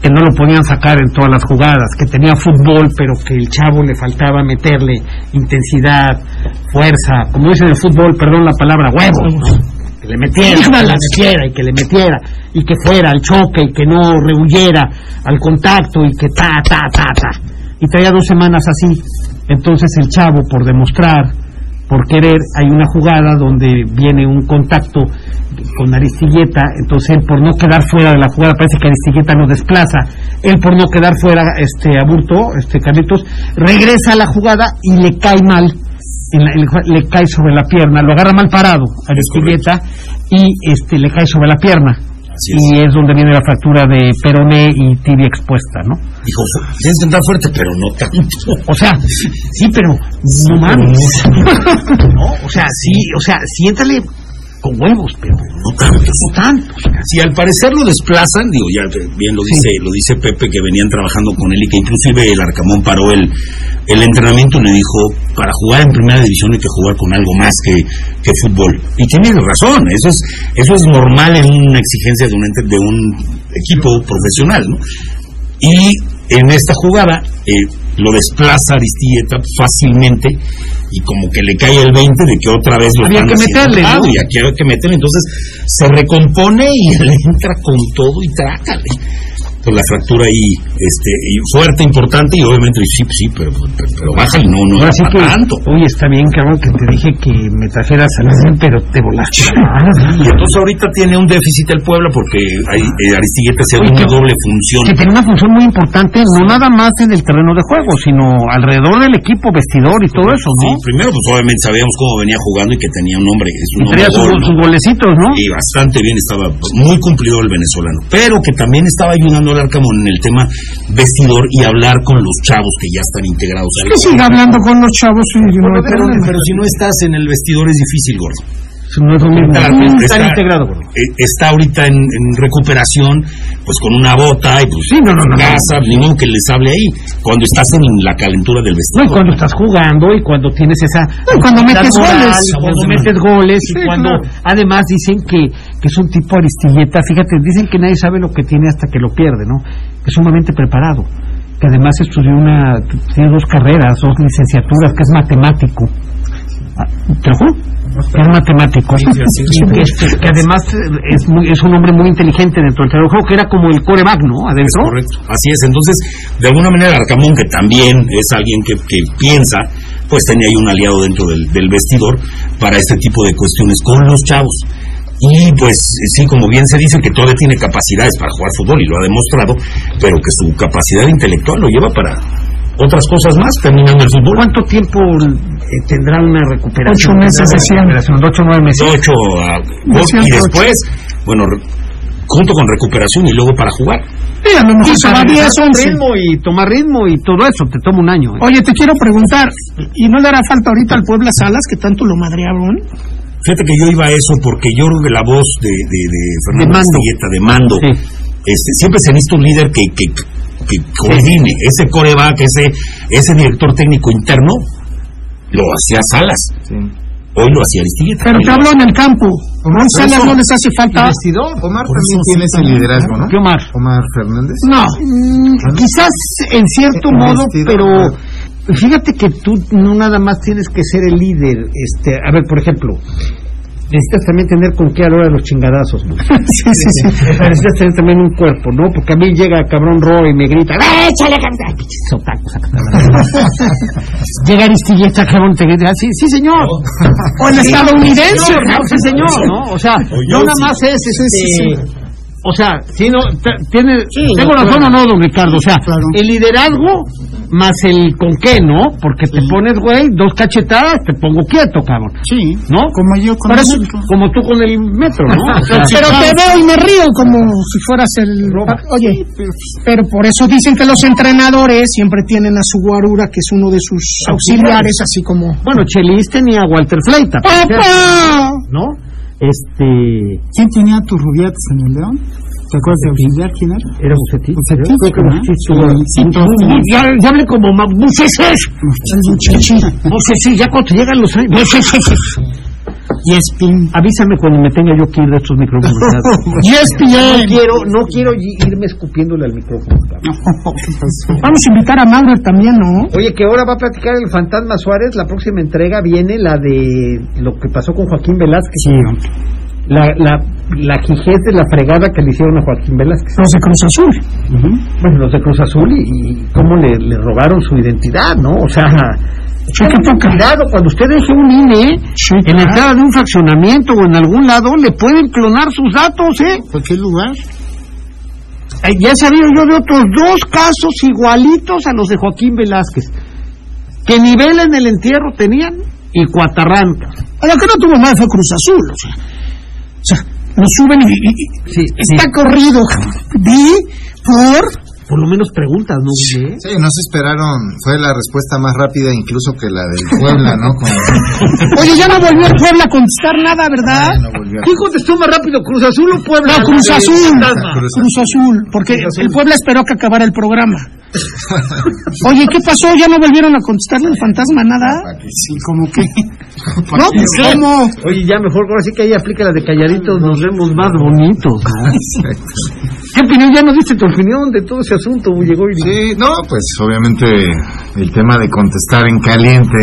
A: que no lo podían sacar en todas las jugadas, que tenía fútbol, pero que el chavo le faltaba meterle intensidad, fuerza, como dicen en el fútbol, perdón la palabra, huevo. ¿no? Que le metiera, que le metiera y que le metiera y que fuera al choque y que no rehuyera al contacto y que ta, ta, ta, ta. Y traía dos semanas así. Entonces el chavo, por demostrar, por querer, hay una jugada donde viene un contacto con Aristilleta, entonces él por no quedar fuera de la jugada, parece que Aristilleta lo desplaza, él por no quedar fuera, este Aburto, este Carlitos, regresa a la jugada y le cae mal, en la- en la- le cae sobre la pierna, lo agarra mal parado Aristilleta y este le cae sobre la pierna. y es donde viene la fractura de peroné y tibia expuesta, ¿no?
B: Dijo, tienes que andar fuerte, pero no tanto.
A: O sea, sí, pero no mames. ¿No? O sea, sí, o sea, siéntale con huevos, pero
B: no tantos.
A: No tantos.
B: Si al parecer lo desplazan, digo, ya que bien lo dice, lo dice Pepe que venían trabajando con él y que inclusive el Arcamón paró el, el entrenamiento y le dijo, para jugar en primera división hay que jugar con algo más que, que fútbol. Y tiene razón, eso es, eso es normal en una exigencia de un ente- de un equipo profesional, ¿no? Y en esta jugada eh, lo desplaza Aristieta fácilmente y como que le cae el 20 de que otra vez lo
A: Había
B: están
A: que
B: haciendo
A: meterle,
B: a un lado
A: ¿no?
B: y aquí había que meterle. Entonces se recompone y <laughs> le entra con todo y trácale. Pues la fractura ahí este, y fuerte, importante y obviamente sí, sí, pero, pero, pero bájale, no, no
A: Ahora
B: era
A: sí
B: para
A: que,
B: tanto.
A: oye, está bien, cabrón, que te dije que me trajeras a la pero te volaste.
B: <laughs> Y entonces ahorita tiene un déficit el Puebla porque ahí, eh, Aristigueta se
A: Oye,
B: una
A: que-
B: doble función.
A: que tiene una función muy importante, no nada más en el terreno de juego, sino alrededor del equipo, vestidor y todo eso, ¿no?
B: Sí, primero, pues obviamente sabíamos cómo venía jugando y que tenía un hombre. Es un
A: Y
B: hombre
A: traía sus,
B: gol, ¿no?
A: sus golecitos, ¿no?
B: Y bastante bien, estaba pues, muy cumplido el venezolano. Pero que también estaba ayudando al Arcamón en el tema vestidor y hablar con los chavos que ya están integrados. al
F: Que siga hablando con los chavos y no hay
B: pero,
F: problema.
B: pero si no estás en el vestidor es difícil, gordo.
A: No es lo mismo.
B: Está,
A: Está
B: está-
A: integrado, gordo.
B: eh, está ahorita en, en recuperación, pues con una bota y pues en casa, ni modo que les hable ahí. Cuando estás en la calentura del
A: No,
B: vestidor.
A: y cuando estás jugando y cuando tienes esa...
F: cuando
A: autoridad
F: metes
A: moral,
F: goles.
A: Cuando metes goles y
F: Sí,
A: cuando...
F: claro.
A: Además dicen que, que es un tipo aristilleta. Fíjate, dicen que nadie sabe lo que tiene hasta que lo pierde, ¿no? Que es sumamente preparado. Que además estudió una... Tiene dos carreras, dos licenciaturas, que es matemático. Ah, ¿Te lo juro? Que es matemático. <laughs> que, que además eh, es, muy- es un hombre muy inteligente dentro del trabajo, que era como el coreback, ¿no? Adentro.
B: Correcto. Así es. Entonces, de alguna manera, Arcamón, que también es alguien que, que piensa, pues tenía ahí un aliado dentro del, del vestidor para este tipo de cuestiones con los chavos. Y pues sí, como bien se dice, que todavía tiene capacidades para jugar fútbol y lo ha demostrado, pero que su capacidad intelectual lo lleva para otras cosas más, terminando el fútbol.
A: ¿Cuánto tiempo eh, tendrá una recuperación?
F: Ocho meses,
A: Una
F: decían.
A: recuperación de Ocho o nueve meses.
B: De ocho a
F: Decían
B: y
F: que
B: después, bueno, re- junto con recuperación y luego para jugar.
F: Sí, a lo mejor se va
A: Tomar
F: 10, 11.
A: ritmo y tomar ritmo y todo eso te toma un año. ¿eh?
F: Oye, te quiero preguntar, ¿y no le hará falta ahorita al Puebla Salas, que tanto lo madrearon?
B: Fíjate que yo iba a eso porque yo creo que la voz de, de, de Fernando
A: De mando.
B: Castilleta, de mando,
A: Sí.
B: este, siempre se necesita un líder que, que, que coordine, ese coreback, ese, ese director técnico interno, lo hacía Salas, hoy lo hacía Aristigueta.
F: Pero te hablo en el campo. A Salas no les hace falta.
G: Ah, Omar también tiene ese liderazgo, ¿no?
A: ¿Qué Omar?
G: Omar Fernández.
F: No, mm, quizás en
A: Este,
F: cierto
G: Eh,
F: modo,
G: vestido,
F: pero.
G: ¿no?
A: Fíjate que tú no nada más tienes que ser el líder. Este, a ver, por ejemplo, necesitas también tener con qué a la hora de los chingadazos. <laughs> ¿no?
F: Sí, sí, sí.
A: necesitas tener también un cuerpo, ¿no? Porque a mí llega cabrón Roy y me grita, ¡Eh, échale, cabrón! ¡Ay, pinches otacos, acá, <laughs> cabrón! Llega Aristilleta, cabrón, te grita, sí, sí, señor. <laughs>
F: O el estadounidense.
A: señor, no, sí, señor, ¿no? O sea,
B: Oye,
A: no nada
B: sí.
A: más es, este,
F: Sí, sí,
A: o sea, si no, t- tiene, tengo
F: claro.
A: razón o no, don Ricardo, o sea,
F: Claro.
A: el liderazgo más el con qué, ¿no? Porque te pones, güey, dos cachetadas, te pongo quieto, cabrón,
D: Sí,
A: ¿no?
D: como yo con
A: Por
D: el
A: eso,
D: América.
A: como tú con el metro,
D: <laughs>
A: ¿no? O sea,
F: Pero te veo y me río como si fueras el. Oye, pero por eso dicen que los entrenadores siempre tienen a su guarura, que es uno de sus auxiliares, así como.
A: bueno, Chelis tenía a Walter Fleita,
D: Ah,
F: ¡Papá!
A: ¿no? Este,
D: ¿Quién tenía tus rubiates en el León? ¿Te acuerdas de auxiliar quién era?
A: era Bucetich.
D: Bucetich,
A: creo que
D: ¿no?
A: Bucetich tuvo-
D: Sí, sí.
A: Ya, ya hablé como ma- Bucetich. Bucetich, ya cuando te llegan los años. Bucetich.
D: Y Espín.
A: Avísame cuando me tenga yo que ir de estos micrófonos.
D: <laughs>
A: ¿verdad?
F: ESPN.
A: No quiero, no quiero y- irme escupiéndole al
D: <laughs>
A: micrófono. cabrón.
D: pues,
F: Vamos a invitar a Mauro también, ¿no?
A: Oye, que ahora va a platicar el fantasma Suárez. La próxima entrega viene la de lo que pasó con Joaquín Velázquez. La, la, la jijez de la fregada que le hicieron a Joaquín Velázquez.
F: Los de Cruz Azul.
A: Bueno, los de Cruz Azul y, y cómo le, le robaron su identidad, ¿no? O sea, tengan cuidado cuando usted deje un INE en la entrada de un fraccionamiento o en algún lado, le pueden clonar sus datos, ¿eh?
D: ¿Cualquier lugar?
A: Eh, Ya sabía yo de otros dos casos igualitos a los de Joaquín Velázquez, que nivel en el entierro tenían y cuatarranca.
F: A la que no tuvo más fue Cruz Azul, o sea. O sea, Lo suben y. y- y- está corrido. Vi por.
K: Por lo menos preguntas, ¿no, Guille?
G: Sí, no se esperaron. Fue la respuesta más rápida incluso que la del Puebla, ¿no? Con- <laughs>
F: Oye, ya no volvió el pueblo a contestar nada, ¿verdad?
G: volvió.
A: ¿Quién contestó más rápido? ¿Cruz Azul o Puebla?
F: No, Cruz
A: Sí,
F: Azul.
A: fantasma.
F: Cruz Azul. Porque el pueblo esperó que acabara
A: <laughs>
F: el programa. Oye, ¿qué pasó? ¿Ya no volvieron a contestarle al fantasma nada?
A: Ah,
D: Sí, como
A: <laughs>
D: que.
F: No, pues, ¿cómo?
A: Oye, ya mejor, ahora sí que ahí aplica la de calladitos, nos vemos más bonitos,
F: <laughs>
A: ¿no? ¿Qué opinión? Ya nos diste tu opinión de todo ese asunto, llegó y...
G: Sí, no, pues obviamente el tema de contestar en caliente,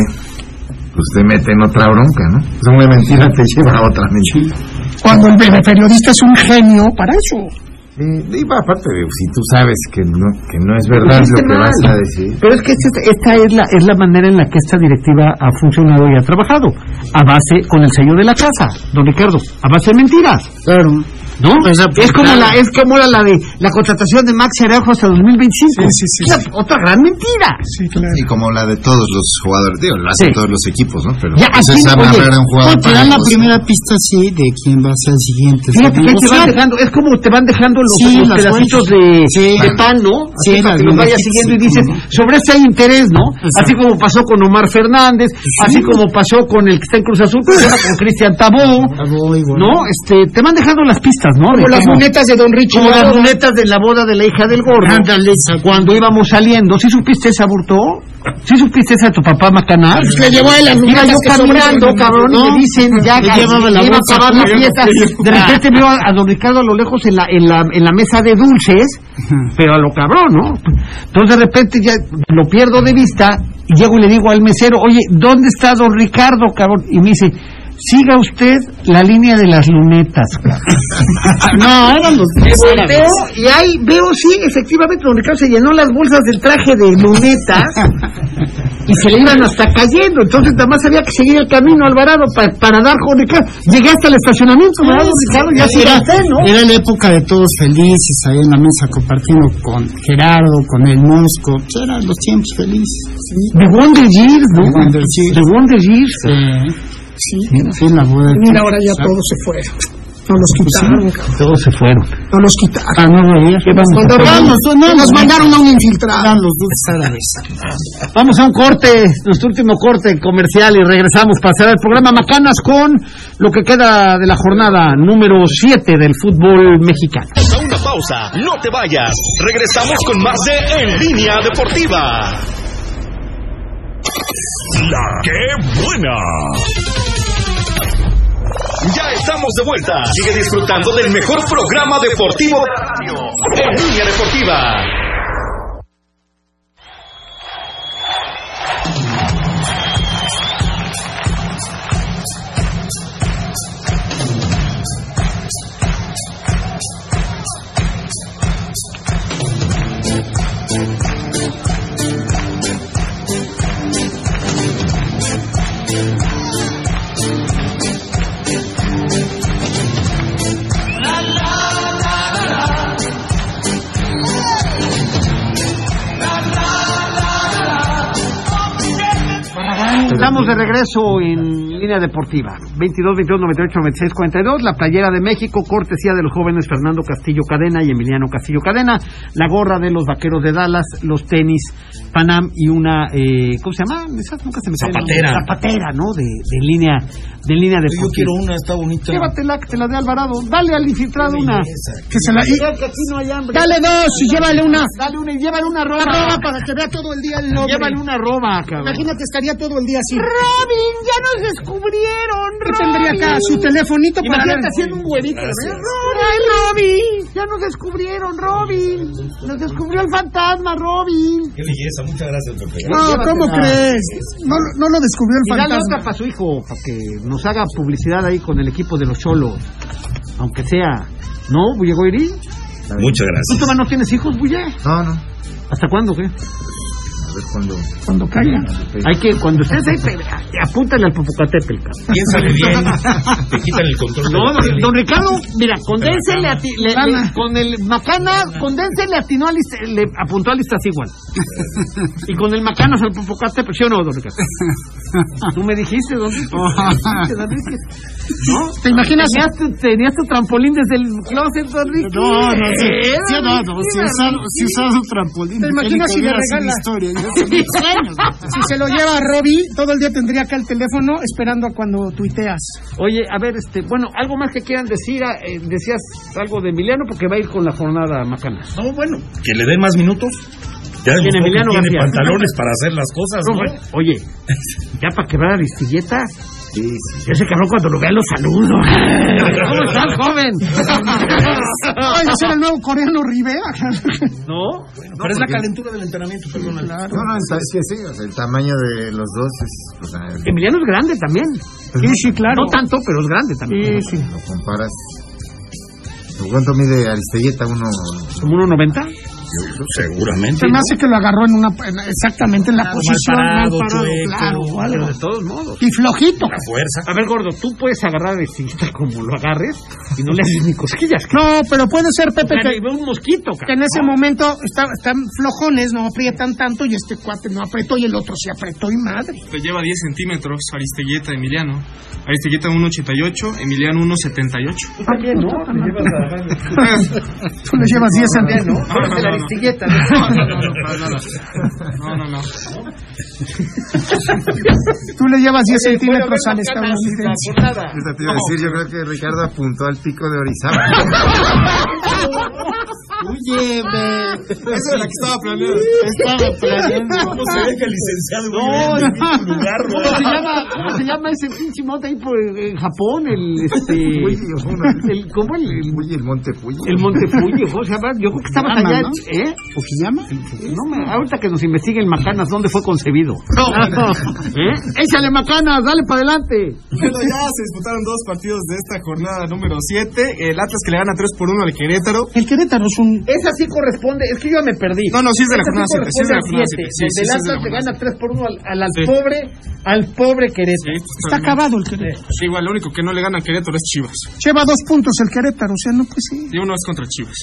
G: pues te mete en otra bronca, ¿no? Pues una mentira te lleva a otra mentira.
F: Cuando el bebé periodista es un genio para eso.
G: Y, y va, aparte, de, si tú sabes que no, que no es verdad lo que vas a decir.
K: Pero es que esta, esta es, la, es la manera en la que esta directiva ha funcionado y ha trabajado. A base, con el sello de la casa, don Ricardo, a base de mentiras.
D: Claro.
K: ¿No?
G: pues,
A: Es como la es como la, la de la contratación de Max Araujo hasta 2025. Una- Otra gran mentira.
G: Y como la de todos los jugadores, digo, lo hacen
D: Sí.
G: todos los equipos, ¿no? Pero
D: Ya,
G: pues,
D: aquí,
G: es
D: oye,
G: amarrar a un jugador
D: pues, te dan
G: para
D: la
G: los-
D: primera pista, sí, de quién va a ser el siguiente.
A: Fíjate que ahí te
D: Sí,
A: van dejando, es como te van dejando los,
D: Sí,
A: los
D: las
A: pedacitos
D: fuentes.
A: de,
D: Sí.
A: de pan, ¿no?
D: Sí,
A: Así para
D: las
A: que los
D: bolitas,
A: vayas siguiendo y
D: sí,
A: dices,
D: cómo
A: sobre este hay interés, ¿no? Así como pasó con Omar Fernández, así como pasó con el que está en Cruz Azul, pero ahora con Cristian Tabó, ¿no? Este, te van dejando las pistas, ¿no? De
F: Como las
A: cómo-
F: lunetas de Don Richie.
A: Como las lunetas de la boda de la hija del gordo. Cuando íbamos saliendo, ¿sí supiste esa burtó? ¿Sí supiste esa de tu papá Macanar?
F: Pues le llevó a él las
A: Iba
F: lunetas
A: yo
F: que
A: caminando,
F: sobraron.
A: cabrón, y
F: No,
A: me dicen, ya
F: le
A: ya,
F: llevaba la
A: iba a
F: bolsa.
A: acabar la
F: Le llevó-
A: fiesta.
F: le llevó-
A: De repente
D: Ah.
A: veo a, a don Ricardo a lo lejos en la, en la, en la mesa de dulces, pero a lo cabrón, ¿no? Entonces de repente ya lo pierdo de vista y llego y le digo al mesero, oye, ¿dónde está don Ricardo, cabrón? Y me dice, siga usted la línea de las lunetas, cabrón.
D: <laughs> No, eran los
A: Y
D: tres árabes.
A: volteo y ahí veo, sí, efectivamente, don Ricardo se llenó las bolsas del traje de lunetas
D: <laughs>
A: y se le iban hasta cayendo. Entonces, nada más había que seguir el camino Alvarado pa- para dar con Ricardo. Llegué hasta el estacionamiento, ¿verdad, don Ricardo? Ya se
D: era,
A: gasté, ¿no?
D: era la época de todos felices, ahí en la mesa compartiendo con Gerardo, con el Mosco. pues, Eran los tiempos felices.
A: The Wonder Years, ¿no?
D: The Wonder Years.
A: The Wonder Years.
D: Sí, sí, la boda.
F: Mira, ahora ya todo se fue. No los quitaron. cabrón.
K: Todos se fueron.
F: No los quitaron.
D: Ah, no, no, ya.
F: Cuando hablamos, no, nos mandaron a un infiltrado.
D: Eran los dulces árabes.
A: Vamos a un corte, nuestro último corte comercial y regresamos para cerrar el programa Macanas con lo que queda de la jornada número 7 del fútbol mexicano.
C: Vamos a una pausa, no te vayas. Regresamos con más de En Línea Deportiva. La que buena. Ya estamos de vuelta. Sigue disfrutando del mejor programa deportivo de la radio. En Línea Deportiva.
A: Estamos de regreso en línea deportiva. 22, 22, 98, 96, 42. La playera de México, cortesía de los jóvenes Fernando Castillo Cadena y Emiliano Castillo Cadena. La gorra de los vaqueros de Dallas, los tenis Panam y una, eh, ¿cómo se llama? Esas nunca se me sale el nombre.
B: Zapatera.
A: Zapatera, ¿no? De, de línea de línea deportiva.
I: Yo quiero una, está bonita.
A: Llévatela, que te la dé Alvarado. Dale al infiltrado una.
F: Que se la- y-
A: Ya que aquí no hay hambre.
F: Dale dos y llévale una.
A: Dale una y llévale una roba.
F: Arroba para que vea todo el día el nombre.
A: Llévale una roba, cabrón.
F: Imagínate, estaría todo el día así. Robin, ya nos descubrieron. ¿Qué tendría acá? Su telefonito para ver.
A: Imagínate haciendo un huevito. ¿eh?
F: Ay, Robin, ya nos descubrieron, Robin. Nos descubrió el fantasma, Robin.
J: Qué belleza, muchas gracias, Pepe.
F: No, Ah, ¿cómo crees? No, no lo descubrió
A: Eh, Y
F: el
A: dale otra
F: fantasma.
A: para su hijo, para que nos haga publicidad ahí con el equipo de los cholos. Aunque sea. ¿No, Bullegoiri?
B: Muchas
A: ¿Tú
B: gracias.
A: toma no tienes hijos, Bulle?
G: No, no.
A: ¿Hasta cuándo, qué?
G: ver cuándo.
A: Cuando caiga. Hay que, cuando usted se apúntale al Popocatépetl. cabrón.
B: Piénsale bien. Te quitan el control.
A: <laughs> No, don, don Ricardo, mira, condénsele a ti, le-
D: Macana.
A: le- con el Macana, condénsele atinó a List- le apuntó a listas igual. Y con el Macana al Popocatépetl, ¿sí o no, don
F: <laughs>
A: Ricardo? Tú me dijiste, don Ricardo.
F: Oh.
A: ¿No? ¿Te imaginas? Tenías tu, tenías tu trampolín desde el closet, don Ricky.
D: No, no, sí,
A: Eh,
D: sí he dado,
A: don
D: sí he
A: Ricky.
D: usado, sí he usado trampolín.
F: ¿Te imaginas si le
D: Hubiera sido
F: regala?
D: historia,
F: <laughs>
D: yo hace muchos años.
F: Si se lo lleva a Robbie, todo el día tendría acá el teléfono esperando a cuando tuiteas.
A: Oye, a ver, este, bueno, algo más que quieran decir, ah, eh, decías algo de Emiliano porque va a ir con la jornada Macana.
B: No, bueno. Que le den más minutos. Ya demostró
A: Bien,
B: que
A: Emiliano
B: tiene
A: García.
B: pantalones para hacer las cosas,
A: No,
B: ¿no?
A: bueno, Oye, ya para quebrar a Aristilleta. Ese cabrón cuando lo vea lo saludo. ¿Cómo estás, joven?
F: Ay, va a ser el nuevo coreano Rivera.
A: ¿No?
B: Pero es la calentura del entrenamiento, perdón.
G: No, no, es que sí, o sea, el tamaño de los dos es. O sea,
A: Emiliano es grande también.
F: Sí, sí, claro.
A: No tanto, pero es grande también.
F: Sí, sí.
G: lo comparas. ¿Cuánto mide Aristelleta? Uno.
A: ¿Como 1.90?
B: Seguramente.
F: Se me hace que lo agarró en una, en- exactamente en la posición mal
B: parado,
F: parado,
B: chueco,
F: claro, o algo.
A: De todos modos.
F: Y flojito.
B: La fuerza.
A: A ver, gordo, tú puedes agarrar a Aristilleta como lo agarres y no le haces ni cosquillas. cabrón.
F: No, pero puede ser, Pepe,
A: Pero
F: que,
A: ahí ve un mosquito,
F: que
A: cabrón.
F: en ese momento está- están flojones, no aprietan tanto y este cuate no apretó y el otro se apretó y madre.
E: Le lleva 10 centímetros Aristelleta Emiliano. Aristelleta 1,88, Emiliano 1,78.
A: También, ¿no?
F: Ah, <laughs> Tú le llevas 10 centímetros.
E: Ahora es el
A: Aristilleta.
E: No, no, no, no, para nada. No, no, no.
F: Tú le llevas 10 centímetros al estadounidense.
G: Ahorita te iba a decir, yo creo que Ricardo apuntó al pico de Orizaba.
D: Oye, ve,
E: Esa es la que estaba planeada.
D: estaba planeando.
B: ¿Cómo se ve que el licenciado no, en su lugar, no?
A: ¿Cómo se llama, cómo se llama ese pinche monte ahí por en Japón? El, este,
G: Oye, uno-
A: el, ¿Cómo el, el,
G: Uy, el Ah, Monte Puyo.
A: el Montepuyo? ¿Cómo se llama? Yo creo que estaba
D: Fukuyama,
A: allá,
D: ¿no?
A: ¿eh? ¿Fukuyama? No, me, ahorita que nos investiguen Macanas, ¿dónde fue concebido? ¿Eh? Échale Macanas, dale para adelante.
E: Bueno, ya se disputaron dos partidos de esta jornada número 7. El Atlas que le gana 3 por 1 al Querétaro.
F: El Querétaro es un
A: Esa sí corresponde, es que yo ya me perdí.
E: No, no, sí es de la
A: Esa
E: jornada 7. Sí es de la jornada
A: corresponde
E: 7.
A: al siete. El Atlas le gana 3 por 1 al, al- al
E: Sí.
A: pobre, al pobre Querétaro.
F: está acabado el Querétaro.
E: Sí, igual, lo único que no le gana a Querétaro es Chivas.
F: Lleva dos puntos el Querétaro, o sea, no pues sí.
E: Y uno es contra Chivas.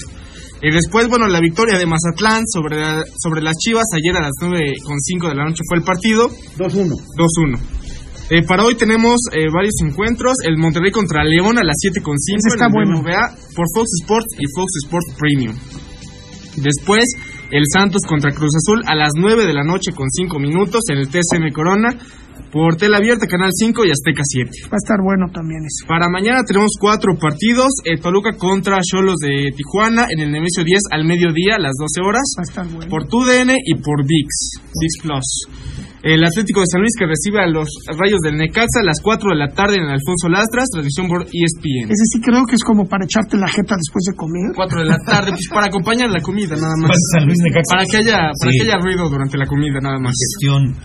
E: Y después, bueno, la victoria de Mazatlán sobre, la- sobre las Chivas. Ayer a las 9.05 de la noche fue el partido.
A: 2-1.
E: 2-1. Eh, para hoy tenemos eh, varios encuentros. El Monterrey contra León a las 7.5
F: Ese está
E: en el
F: bueno.
E: BBVA por Fox Sports y Fox Sports Premium. Después, el Santos contra Cruz Azul a las 9 de la noche con 5 minutos en el TSM Corona por Tela Abierta, Canal 5 y Azteca 7.
F: Va a estar bueno también ese.
E: Para mañana tenemos cuatro partidos. eh, Toluca contra Cholos de Tijuana en el Nemesio 10 al mediodía a las 12 horas.
F: Va a estar bueno.
E: Por TUDN y por VIX. VIX Plus. El Atlético de San Luis que recibe a los Rayos del Necaxa a las 4 de la tarde en el Alfonso Lastras, transmisión por E ESPN.
F: Ese sí creo que es como para echarte la jeta después de comer.
E: 4 de la tarde, pues para acompañar la comida nada más.
B: Vas a San Luis Necaxa.
E: Para que haya, para
B: Sí.
E: que haya ruido durante la comida nada más.
B: Gestión.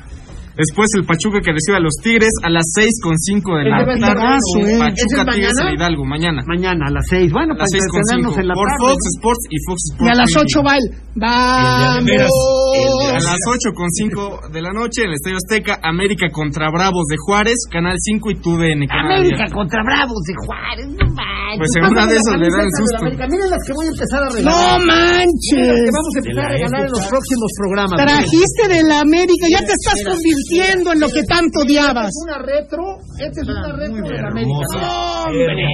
E: Después el Pachuca que recibe a los Tigres a las 6 con 5 de la
A: Ese va a estar
E: tarde.
A: brazo, eh. ¿Ese
E: Pachuca
A: es
E: Tigres
A: mañana?
E: en Hidalgo, mañana.
A: Mañana a las 6. Bueno,
E: A las
A: pues
E: 6 con
A: entretenernos
E: cinco.
A: en la
E: Por
A: tarde.
E: Fox
A: ¿no?
E: Sports y Fox Sports.
F: Y a las
E: Premium.
F: 8 va el.
B: El de veras, el de
E: A
F: ¡Vamos!
B: veras.
E: las 8 con 5 de la noche en el Estadio Azteca, América contra Bravos de Juárez, Canal 5 y TUDN. Canal
A: América
E: abierto.
A: contra Bravos de Juárez, no manches.
E: Pues en una de esas le dan
A: Camisetas de la
E: susto. <laughs>
A: América. Miren las que voy a empezar a regalar.
F: ¡No
A: Miren las
F: manches!
A: que vamos a empezar a regalar en los próximos programas.
F: Trajiste de la América, ya te estás convirtiendo en lo que tanto odiabas. Ah,
A: Miren, Esta Este es una retro, esta es una retro de la América.
F: ¡Hombre!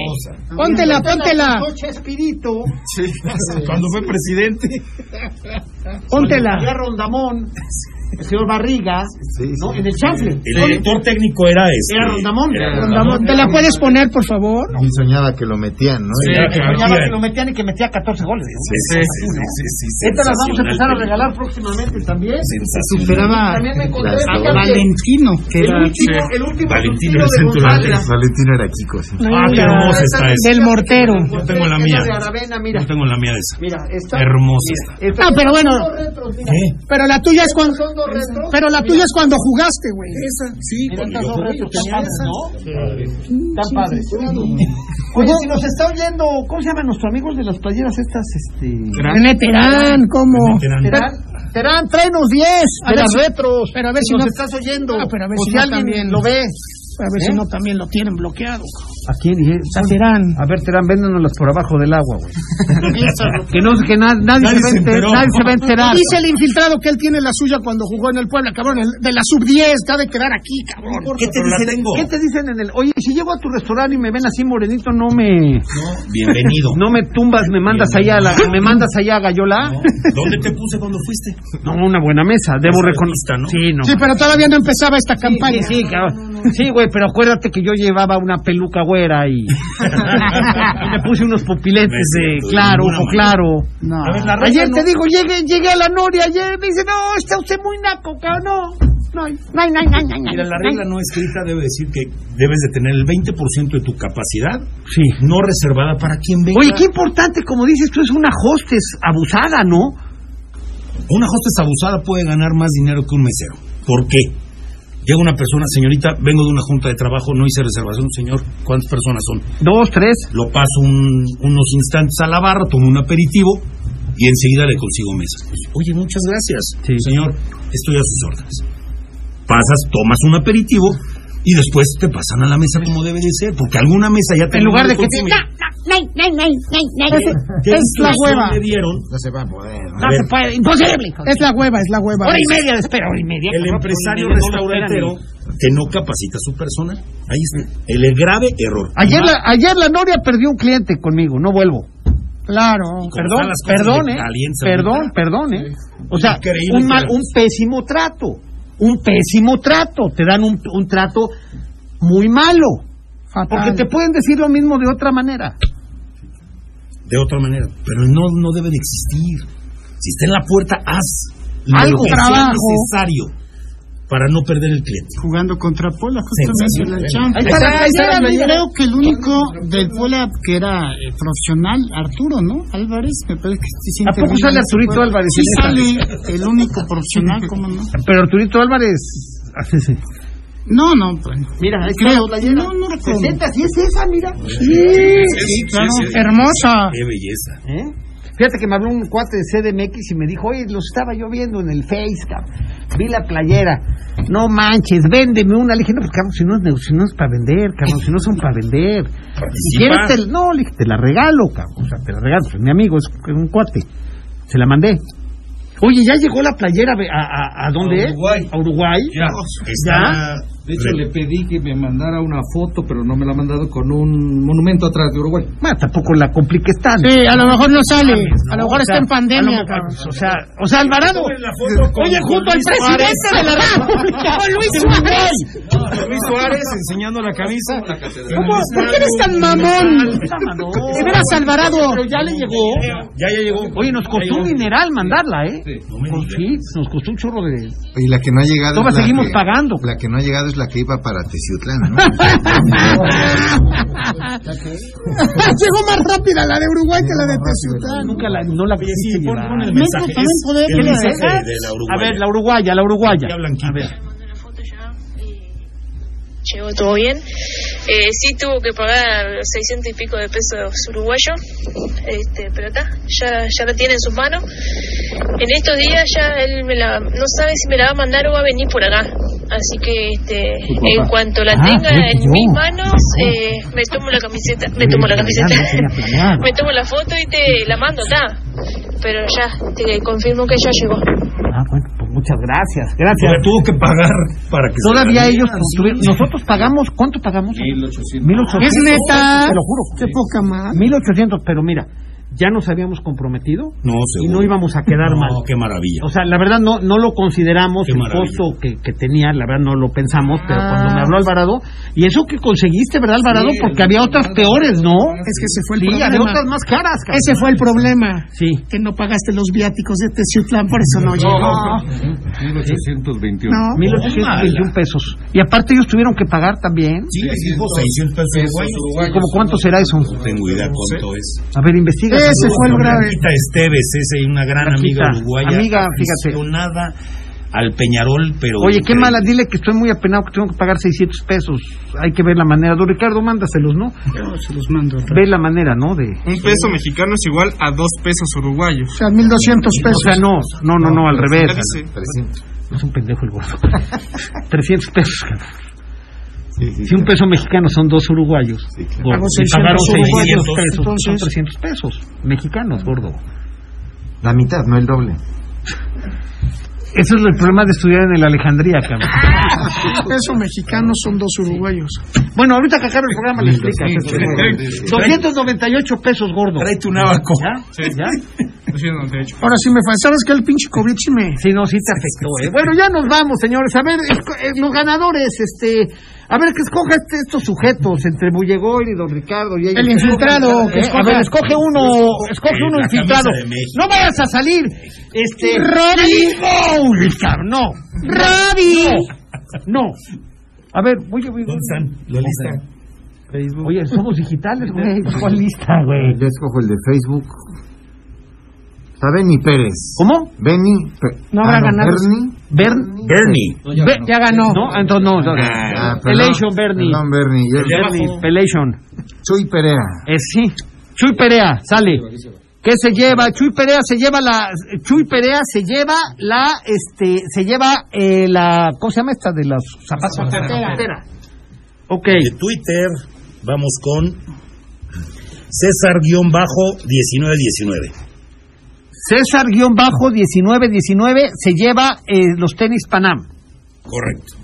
F: Póntela, póntela,
A: Soy Chespirito,
E: Cuando fue presidente.
A: ya
F: póntela.
A: Rondamón, el señor Barriga,
G: Sí,
A: ¿no?
G: sí.
A: En el chanfle.
B: El director técnico era este.
A: Era Rondamón.
B: Era
F: Rondamón, ¿Te la puedes poner, por favor?
G: Y soñaba que lo metían, ¿no?
E: Sí.
B: Era que
A: Ya va que
B: metían.
A: lo metían y que metía 14 goles.
B: Sí,
A: ¿no?
B: sí, sí, sí, sí, sí,
A: Estas las vamos a empezar a
B: sensacional,
A: regalar próximamente también.
B: Sensacional.
A: También me encontré
G: Las
A: fíjate,
D: Valentino, que
A: el
D: era.
A: último,
E: Sí.
A: el último
B: Valentino, el
A: suspiro de
B: centro delantero.
A: González.
G: Valentino era Kiko, sí.
B: Ah, qué hermosa está esa.
F: Del mortero.
B: Yo tengo la mía.
A: De Aravena, mira.
B: Yo tengo la mía de esa.
A: Mira, está
B: Hermosa está.
A: Está-
F: No, pero bueno.
A: Son dos retros, mira.
B: ¿Eh?
F: Pero la tuya es cuando.
A: Son dos retros.
F: Pero la tuya es cuando jugaste, güey.
B: Sí,
A: Mira,
B: cuando
A: estas
B: yo
A: dos
B: jugué,
A: retros están padres, ¿no? Están padres. Oye,
F: Oye,
A: si nos está oyendo, ¿cómo se llaman nuestros amigos de las playeras estas? Este.
F: René Terán, ¿cómo?
B: Terán.
F: Pero,
A: Terán, tráenos 10
F: A
A: de
F: ver
A: las
F: si-
A: retros.
F: pero a ver si
A: nos
F: no-
A: estás oyendo.
F: Ah, pero a ver
A: o
F: si
A: si
F: no
A: alguien
F: también-
A: lo ve.
F: A ver si
A: ¿Eh?
F: no también lo tienen bloqueado. cabrón.
A: ¿A quién? A Terán. A ver, Terán, véndanoslas por abajo del agua, güey.
F: <laughs>
A: que no, que na- nadie,
F: Nadie
A: se, va a
F: se
A: enter-
F: enteró.
A: nadie se va a enterar.
F: Dice el infiltrado que él tiene la suya cuando jugó en el Puebla, cabrón. el- de la sub-10, te ha de quedar aquí, cabrón.
A: ¿Qué te, dicen, ¿Qué te dicen en el.? Oye, si llego a tu restaurante y me ven así morenito, no me.
B: Bienvenido.
A: No me tumbas, me mandas allá a la, me mandas allá a Gallola.
B: ¿Dónde te puse cuando fuiste?
A: No, una buena mesa, debo reconocer. Sí, no.
F: Sí, pero todavía no empezaba esta campaña.
A: Sí, cabrón. Sí, güey, pero acuérdate que yo llevaba una peluca güera <laughs> y me puse unos pupiletes de claro, ojo claro.
F: No.
A: A ver, la raza
F: Ayer
A: no-
F: te digo, llegué, llegué a la Noria ayer, me dice, no, está usted muy naco, cabrón, no. No, no, no, no, no, no.
B: Mira, la regla no escrita debe decir que debes de tener el 20% de tu capacidad no reservada para quien venga.
A: Oye, qué importante, como dices tú, es una hostes abusada, ¿no?
B: Una hostess abusada puede ganar más dinero que un mesero. ¿Por qué? Llega una persona, señorita, vengo de una junta de trabajo, no hice reservación, señor, ¿cuántas personas son?
A: Dos, tres.
B: Lo paso un- unos instantes a la barra, tomo un aperitivo y enseguida le consigo mesa. Oye, muchas gracias. Señor, estoy a sus órdenes. Pasas, tomas un aperitivo y después te pasan a la mesa como debe de ser, porque alguna mesa ya te
A: En lugar de que te-
F: Es, es la hueva.
B: Le dieron Ah,
G: No se va a poder.
B: A
F: No
B: ver.
F: se puede, imposible. Es la hueva, es la hueva.
A: Hora y media de espera, hora y media.
B: El
A: cabrón,
B: empresario
A: hora y media, no,
B: restaurantero
A: espérame.
B: que no capacita a su persona. Ahí está. El grave error.
A: Ayer la, ayer la Noria perdió un cliente conmigo, no vuelvo.
F: Claro.
A: Perdón,
B: las cosas
A: perdón,
B: de
A: eh.
B: caliente,
A: Perdón,
B: ahorita.
A: perdón, eh. O sea,
B: Increíble,
A: un, mal,
B: claro.
A: un pésimo trato. Un pésimo trato. Te dan un, un trato muy malo.
D: Ah.
A: Porque te pueden decir lo mismo de otra manera.
B: De otra manera. Pero no, no debe de existir. Si está en la puerta, haz lo
D: Algo,
B: que sea
D: trabajo.
B: necesario para no perder el cliente.
D: jugando contra Puebla, justamente en
B: Sensacional.
D: la
B: Ahí
D: Champions.
B: está, ahí
A: está,
D: Yo
A: ahí está.
D: creo que el único del Puebla que era eh, profesional, Arturo, ¿no? Álvarez, me parece que sí
A: ¿A poco
D: intervino
A: sale
D: en
A: Arturito
D: ese juego.
A: Álvarez
D: Sí
A: en
D: sale el único profesional, ¿cómo no?
A: Pero Arturito Álvarez.
D: No, no,
F: pues,
D: bueno.
A: Mira, ahí está
D: creo.
A: la llena.
D: No, no recuerdo.
A: 60, sí es esa, mira.
D: Sí, claro. Hermosa.
B: Qué belleza.
A: ¿Eh? Fíjate que me habló un cuate de CDMX y me dijo, oye, los estaba yo viendo en el Face, cabrón. vi la playera, no manches, véndeme una. Le dije, no, pues cabrón, si no es, nego- si no es para vender, cabrón, si no son para vender. Si
B: Participa.
A: quieres, te, no, le dije, te la regalo, cabrón, o sea, te la regalo, pues, mi amigo, es un cuate. Se la mandé. Oye, ¿ya llegó la playera a, a- a dónde?
I: A Uruguay.
A: ¿A Uruguay?
B: Ya.
A: ¿Ya?
B: Está.
I: De hecho, le pedí que me mandara una foto, pero no me la ha mandado con un monumento atrás de Uruguay.
A: Bueno, tampoco la compliques tanto.
F: Sí, a lo mejor no sale. A lo
A: Ah, No,
F: mejor
A: o
F: está
A: sea, a
F: en pandemia,
A: lo-
F: cabrón.
A: O sea, o sea, Alvarado.
F: Oye, junto al presidente de la <laughs> República, con Luis Suárez.
I: Luis Suárez enseñando la camisa.
F: ¿Cómo? ¿Por qué eres tan mamón? De veras, Alvarado.
A: Pero ya le llegó.
B: Ya, ya llegó.
A: Oye, nos costó un dineral mandarla, ¿eh?
B: No me
A: Pues
B: digas.
A: sí, nos costó un chorro de...
G: Y la que no ha llegado.
A: Toma,
G: es la
A: seguimos
G: que-
A: pagando.
G: La que no ha llegado es la que iba para Teciutlán, ¿no?
A: <laughs>
F: Llegó más rápida la de Uruguay que la de Tezután.
A: Nunca la, no la quisiste
B: pon-
A: llevar.
B: pon el
A: No,
B: mensaje.
A: también
B: Es
A: podemos
B: el
A: poner,
B: mensaje
A: ¿eh?
B: de la
A: A
B: uruguaya.
A: ver, la uruguaya, la uruguaya.
B: Ya, Blanquita.
A: A ver.
L: Llegó todo bien. Eh, sí tuvo que pagar 600 y pico de pesos uruguayo, este, pero acá ya, ya la tiene en sus manos. En estos días ya él me la, no sabe si me la va a mandar o va a venir por acá. Así que este, en cuanto la
A: Ah,
L: tenga
A: creo que
L: en
A: yo.
L: mis manos, eh, me tomo la camiseta, me tomo la
A: Ya,
L: camiseta,
A: ya tenía planeado.
L: <laughs> me tomo la foto y te la mando acá. Pero ya, te confirmo que ya llegó.
A: Ah, bueno, pues muchas gracias.
B: Se
A: Gracias.
B: la tuvo que pagar para que se
A: Todavía
B: la-
A: ellos tuvieron- Nosotros pagamos... ¿Cuánto pagamos?
I: 1800.
A: 1800.
F: Es neta.
A: Te lo juro.
F: Qué poca madre.
A: 1800, pero mira, ya nos habíamos comprometido
B: No,
A: y
B: seguro.
A: no íbamos a quedar
B: No,
A: mal.
B: qué maravilla.
A: O sea, la verdad no, no lo consideramos
B: Qué
A: el
B: maravilla.
A: costo que, que tenía, la verdad no lo pensamos, pero
F: Ah.
A: cuando me habló Alvarado, y eso que conseguiste, ¿verdad, Alvarado?
I: Sí,
A: Porque había otras peores, ¿no?
F: Es que ese fue el
A: Sí, había
F: problema.
A: otras más caras, cabrón.
F: Ese fue el problema.
A: Sí.
F: Que no pagaste los viáticos de Teciutlán, por eso no llegó.
I: 1821.
F: No.
A: 1.821 pesos. Y aparte ellos tuvieron que pagar también.
B: Sí, les dijo 600 pesos uruguayos.
A: ¿Cómo cuánto será eso?
B: No tengo idea cuánto es.
A: A ver, investiga.
F: Ese fue el grave.
B: Blanquita Esteves, esa y una gran
A: Blanquita,
B: amiga uruguaya.
A: amiga, fíjate.
B: aficionada al Peñarol, pero...
A: Oye, qué mala, dile que estoy muy apenado que tengo que pagar 600 pesos. Hay que ver la manera. Don Ricardo, mándaselos, ¿no?
D: se los mando.
A: Ve la manera, ¿no? De...
E: Un peso mexicano es igual a dos pesos uruguayos.
F: O sea, 1200 pesos.
A: O sea, no, no, no, no, al revés.
E: Sí,
A: Es un pendejo el gordo. <laughs> 300 pesos. cabrón. si un peso mexicano son dos uruguayos, gordo,
F: Hago
A: si pagaron
F: 600
A: 600
F: uruguayos,
A: pesos, son 300
F: entonces.
A: pesos
E: Ah.
A: mexicanos, gordo.
G: La mitad, no el doble.
A: Eso es el problema de estudiar en el Alejandría, cabrón.
F: Un peso mexicano son dos uruguayos.
A: Bueno, ahorita que acabe el programa le explicas.
E: Sí,
A: este,
E: sí,
A: gordo.
E: sí, sí.
A: 298 pesos, gordo. Trae tu nábaco.
E: Sí,
A: ¿Ya?
F: Ahora sí me fue. Pues, ¿Sabes qué? El pinche COVID sí me...
A: Sí, no, sí te afectó, ¿eh? Bueno, ya nos vamos, señores. A ver, esco- eh, los ganadores, este... A ver, que escoja este- estos sujetos entre Bullegoy y Don Ricardo. Y ellos.
F: El infiltrado,
A: Eh, A
F: que escoja.
A: ver, escoge uno, escoge uno
B: La camisa
A: infiltrado.
B: de México.
A: No vayas a salir, este...
F: Robbie.
A: ¡No, Ricardo, no!
F: ¡Rabi!
A: ¡No! A ver, voy a... voy a-
B: La lista.
A: Oye, somos digitales, <laughs> güey. ¿Cuál lista, güey?
G: Yo escojo el de Facebook. Está Benny Pérez.
A: ¿Cómo?
G: Benny. Pe-
F: No habrá
G: ah,
F: ganado.
G: Bernie.
A: Bernie.
B: Bernie.
F: Ve, ya ganó.
A: No, entonces no. no, no.
G: Ah, perdón.
A: Pelation, Bernie.
G: Perdón, Bernie. Yo-
A: Bernie, Pelation.
G: Chuy Perea.
A: Eh, sí. Chuy Perea, sale. ¿Qué se lleva? Chuy Perea se lleva la. Chuy Perea se lleva la. Este. Se lleva eh, la. ¿Cómo se llama esta de las zapatos? Zapatera. Ok.
B: De Twitter vamos con César-1919.
A: César-1919 se lleva eh, los tenis Panam.
B: Correcto.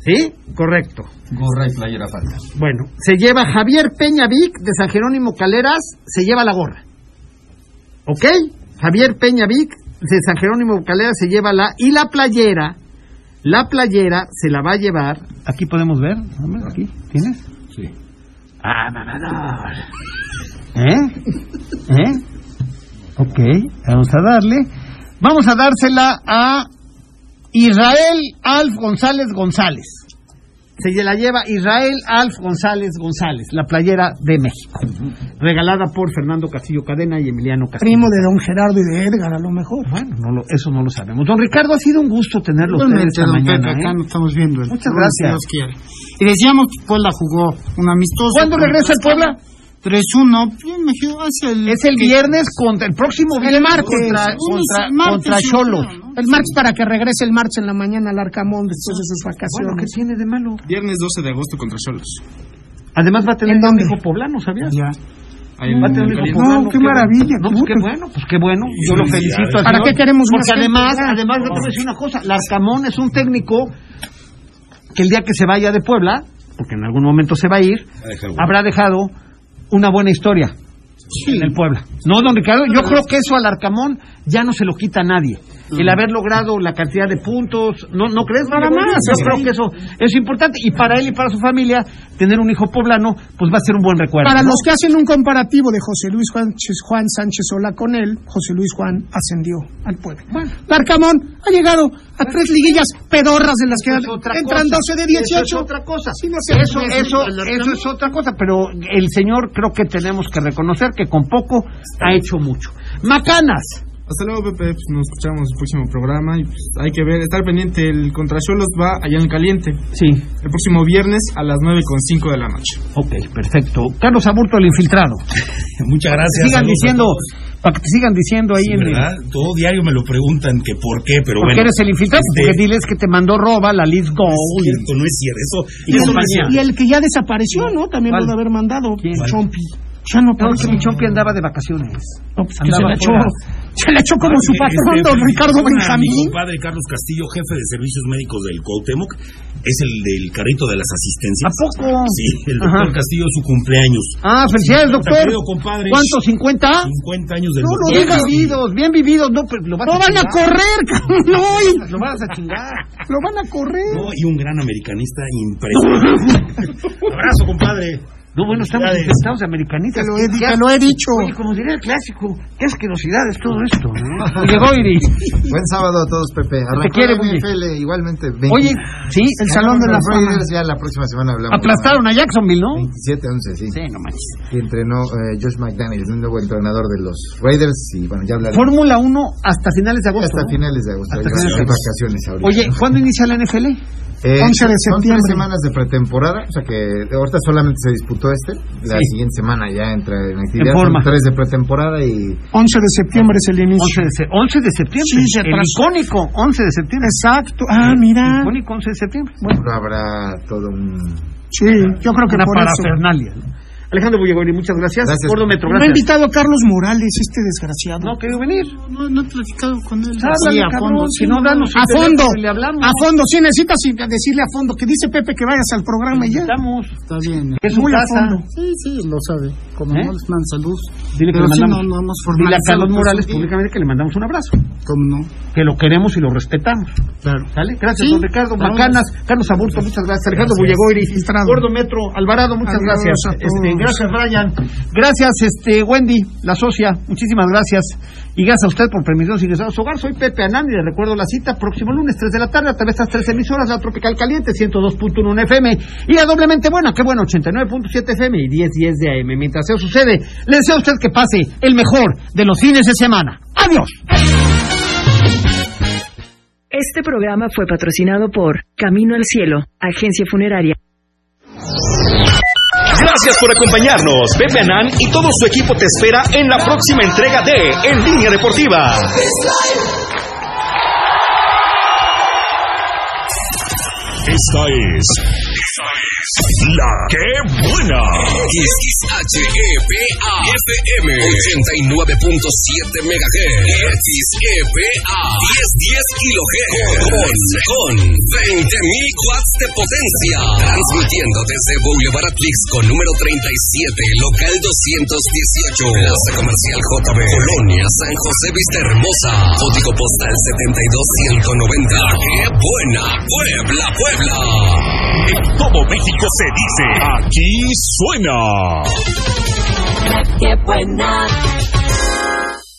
A: ¿Sí? Correcto.
I: Gorra y playera falta.
A: Bueno. Se lleva Javier Peña Vic de San Jerónimo Caleras, se lleva la gorra. ¿Ok? Javier Peña Vic de San Jerónimo Caleras se lleva la. Y la playera, la playera se la va a llevar. Aquí podemos ver, hombre, aquí, ¿tienes?
B: Sí.
A: ¡Ah, mamador! ¿Eh? ¿Eh? Ok, vamos a darle. Vamos a dársela a Israel Alf González González. Se la lleva Israel Alf González González, la playera de México. Regalada por Fernando Castillo Cadena y Emiliano Castillo.
F: Primo de don Gerardo y de Edgar, a lo mejor.
A: Bueno, no lo- eso no lo sabemos. Don Ricardo, ha sido un gusto tenerlo a usted
D: Igualmente,
A: esta
D: don
A: mañana.
D: Pepe,
A: ¿eh?
D: acá nos estamos viendo. el
A: Muchas
D: lunes,
A: gracias.
D: si Dios quiere. Y decíamos que Puebla jugó un amistoso.
A: ¿Cuándo regresa el Puebla?
D: 3-1. Bien, me quedo hacia el...
A: Es el viernes contra el próximo viernes contra contra
D: Martes,
A: contra
D: sí,
A: Cholos.
D: ¿no?
F: El martes para que regrese el martes en la mañana al Arcamón después de sus
A: Bueno, ¿qué
F: vacaciones.
A: tiene de malo?
E: Viernes 12 de agosto contra Solos.
A: Además va a tener
F: ¿En dónde?
A: un hijo poblano, ¿sabías? Va a tener un hijo
E: Pero
A: poblano,
F: No, qué maravilla,
A: No,
F: qué
A: pues qué
F: gusto.
A: bueno, pues qué bueno. Yo lo felicito. al
F: ¿Para
A: señor,
F: qué queremos más
A: Porque
F: gente?
A: además, además, yo te voy a decir una cosa. Larcamón es un técnico que el día que se vaya de Puebla, porque en algún momento se va a ir, habrá dejado una buena historia en el Puebla. No, don Ricardo, yo creo que eso al Arcamón ya no se lo quita a nadie. El haber logrado la cantidad de puntos, ¿no, no crees? Nada más. Yo creo que eso es importante. Y para él y para su familia, tener un hijo poblano, pues va a ser un buen recuerdo.
F: Para
A: ¿no?
F: los que hacen un comparativo de José Luis Juan, Juan Sánchez Sola con él, José Luis Juan ascendió al pueblo. Larcamón ha llegado a tres liguillas pedorras de las que
A: Eso es otra
F: entran
A: cosa.
F: 12 de
A: Eso
F: 18.
A: es otra cosa.
F: Sí, no sé,
A: Eso,
F: no es
A: eso,
F: el
A: eso es otra cosa, pero el señor creo que tenemos que reconocer que con poco ha hecho mucho. Macanas.
E: Hasta luego, Pepe. Pues nos escuchamos en el próximo programa. Y pues, hay que ver, estar pendiente. El contra Solos va allá en el caliente.
A: Sí,
E: El próximo viernes a las 9.05 de la noche.
A: ok, perfecto. Carlos Aburto, el infiltrado.
B: Muchas gracias.
A: sigan
B: saludos a
A: diciendo,
B: todos.
A: para que te sigan diciendo ahí
B: Sí,
A: en el-
B: ¿verdad? Todo diario me lo preguntan que por qué, pero bueno.
A: Porque eres el infiltrado,
B: este,
A: porque diles que te mandó roba la Liz Go.
B: no es cierto, no es cierto. Eso,
F: Y
B: eso no es
F: el,
B: cierto.
F: y el que ya desapareció, ¿no? También
A: ¿Cuál?
F: lo debe haber mandado.
A: ¿Quién?
F: Chompi. Ya no,
A: No, es que
F: parece.
A: mi Chompi andaba de vacaciones.
F: No, pues, que se
A: andaba
F: le echó.
A: fuera.
F: Se le echó como su
B: Este,
F: patrón, don
B: este,
F: Ricardo
B: persona, Mi
F: Benjamín.
B: compadre Carlos Castillo, jefe de servicios médicos del Cuauhtémoc, es el del carrito de las asistencias.
A: ¿A poco?
B: Sí, el doctor
A: Ajá.
B: Castillo, su cumpleaños.
A: Ah, felicidades, doctor.
B: Querido compadre.
A: ¿Cuántos? ¿50?
B: 50 años del
A: No,
B: doctor.
A: bien
B: Castillo.
A: vividos, bien vividos. No, pero lo vas
F: No
A: a
F: van a
A: chingar.
F: correr, <laughs> cabrón. No, y-
A: Lo vas a chingar.
F: lo van a correr.
A: <laughs>
B: No, y un gran americanista impresionante. Abrazo, compadre.
A: No, bueno, estamos
F: Felicidades.
A: infestados de americanistas.
F: Te lo he di-
A: ¿Qué
F: te
A: as-
F: lo he dicho.
A: Oye, como diría el clásico, qué asquerosidades todo esto. ¿no?
G: Buen sábado a todos, Pepe. Arrancó
A: quiere,
G: la
A: Bulli.
G: NFL igualmente.
A: Oye, sí,
G: el Salón de la Fama. Ya la próxima semana hablamos.
A: Aplastaron a Jacksonville, ¿no?
G: 27-11, sí. Sí, no manches. Y entrenó eh, Josh McDaniels, un nuevo entrenador de los Raiders. Y bueno, ya hablaremos.
A: Fórmula 1 hasta finales de agosto.
G: Hasta
A: ¿no?
G: finales de agosto.
A: Hasta
G: Hay
A: finales de
G: hay
A: agosto.
G: vacaciones ahorita.
A: Oye, ¿cuándo inicia la NFL?
G: Eh,
F: 11 de
G: son tres
F: septiembre.
G: semanas de pretemporada, o sea que ahorita solamente se disputó este. La
A: Sí.
G: siguiente semana ya entra en actividad.
A: En forma.
G: Son tres de pretemporada y
F: 11 de septiembre es el inicio.
A: 11 de, se- 11 de septiembre.
F: Sí, se
A: el
F: atrasó.
A: icónico 11 de septiembre.
F: Exacto. Ah, mira.
A: Icónico 11 de septiembre.
G: habrá todo un.
F: Sí, yo creo que
A: Una
F: por eso.
A: parafernalia. Alejandro Bullegoni, muchas gracias.
G: Gracias.
A: Gordo Metro,
F: Me ha
A: gracias.
F: invitado Carlos Morales, este desgraciado.
A: No, querido venir.
D: No, no he platicado con él.
F: Sí,
A: Háblale,
F: a
A: cabrón,
F: fondo,
A: si no, danos un
F: a
A: teléfono
F: fondo,
A: y le hablamos.
F: a fondo, sí necesitas sí, decirle a fondo que dice Pepe que vayas al programa y ya.
A: Estamos.
D: Está bien.
A: Es su
F: Muy a
A: casa.
F: fondo.
D: Sí, sí, lo sabe. Como
A: ¿Eh?
D: no les manda salud.
A: Dile que
D: Pero
A: le
D: sí,
A: mandamos.
D: no, no hemos
A: Dile a
D: formalizado,
A: Carlos
D: pues,
A: Morales
D: sí.
A: públicamente que le mandamos un abrazo.
D: ¿Cómo no?
A: Que lo queremos y lo respetamos.
D: Claro.
A: ¿Sale? Gracias,
D: Sí.
A: don Ricardo
D: Vamos.
A: Macanas, Carlos Aburto, muchas gracias. Alejandro Bullegoiri, Gordo Metro, Alvarado, muchas
D: Adiós
A: gracias.
D: a todos.
A: Este, gracias, Brian. Gracias, este, Wendy, la socia. Muchísimas gracias. Y gracias a usted por permitirnos ingresar a su hogar. Soy Pepe Anán y le recuerdo la cita próximo lunes, 3 de la tarde, a través de estas tres emisoras, la Tropical Caliente, 102.1 FM y la doblemente buena, qué bueno, 89.7 FM y 10.10 de AM. Mientras eso sucede, le deseo a usted que pase el mejor de los fines de semana. ¡Adiós!
M: Este programa fue patrocinado por Camino al Cielo, agencia funeraria.
C: Gracias por acompañarnos. Pepe Anán y todo su equipo te espera en la próxima entrega de En Línea Deportiva.
N: Esta es. esta es La que buena. XHEPA FM 89.7 MHz. XEPA 1010 kHz. Con, con 20.000 watts de potencia. Transmitiendo desde Boulevard Atlixco número 37, local 218. Plaza Comercial JB. Colonia San José Vista Hermosa. Código postal 72190. ¡Qué buena! Puebla, Puebla. En todo México se dice. Aquí suena.
O: Qué buena.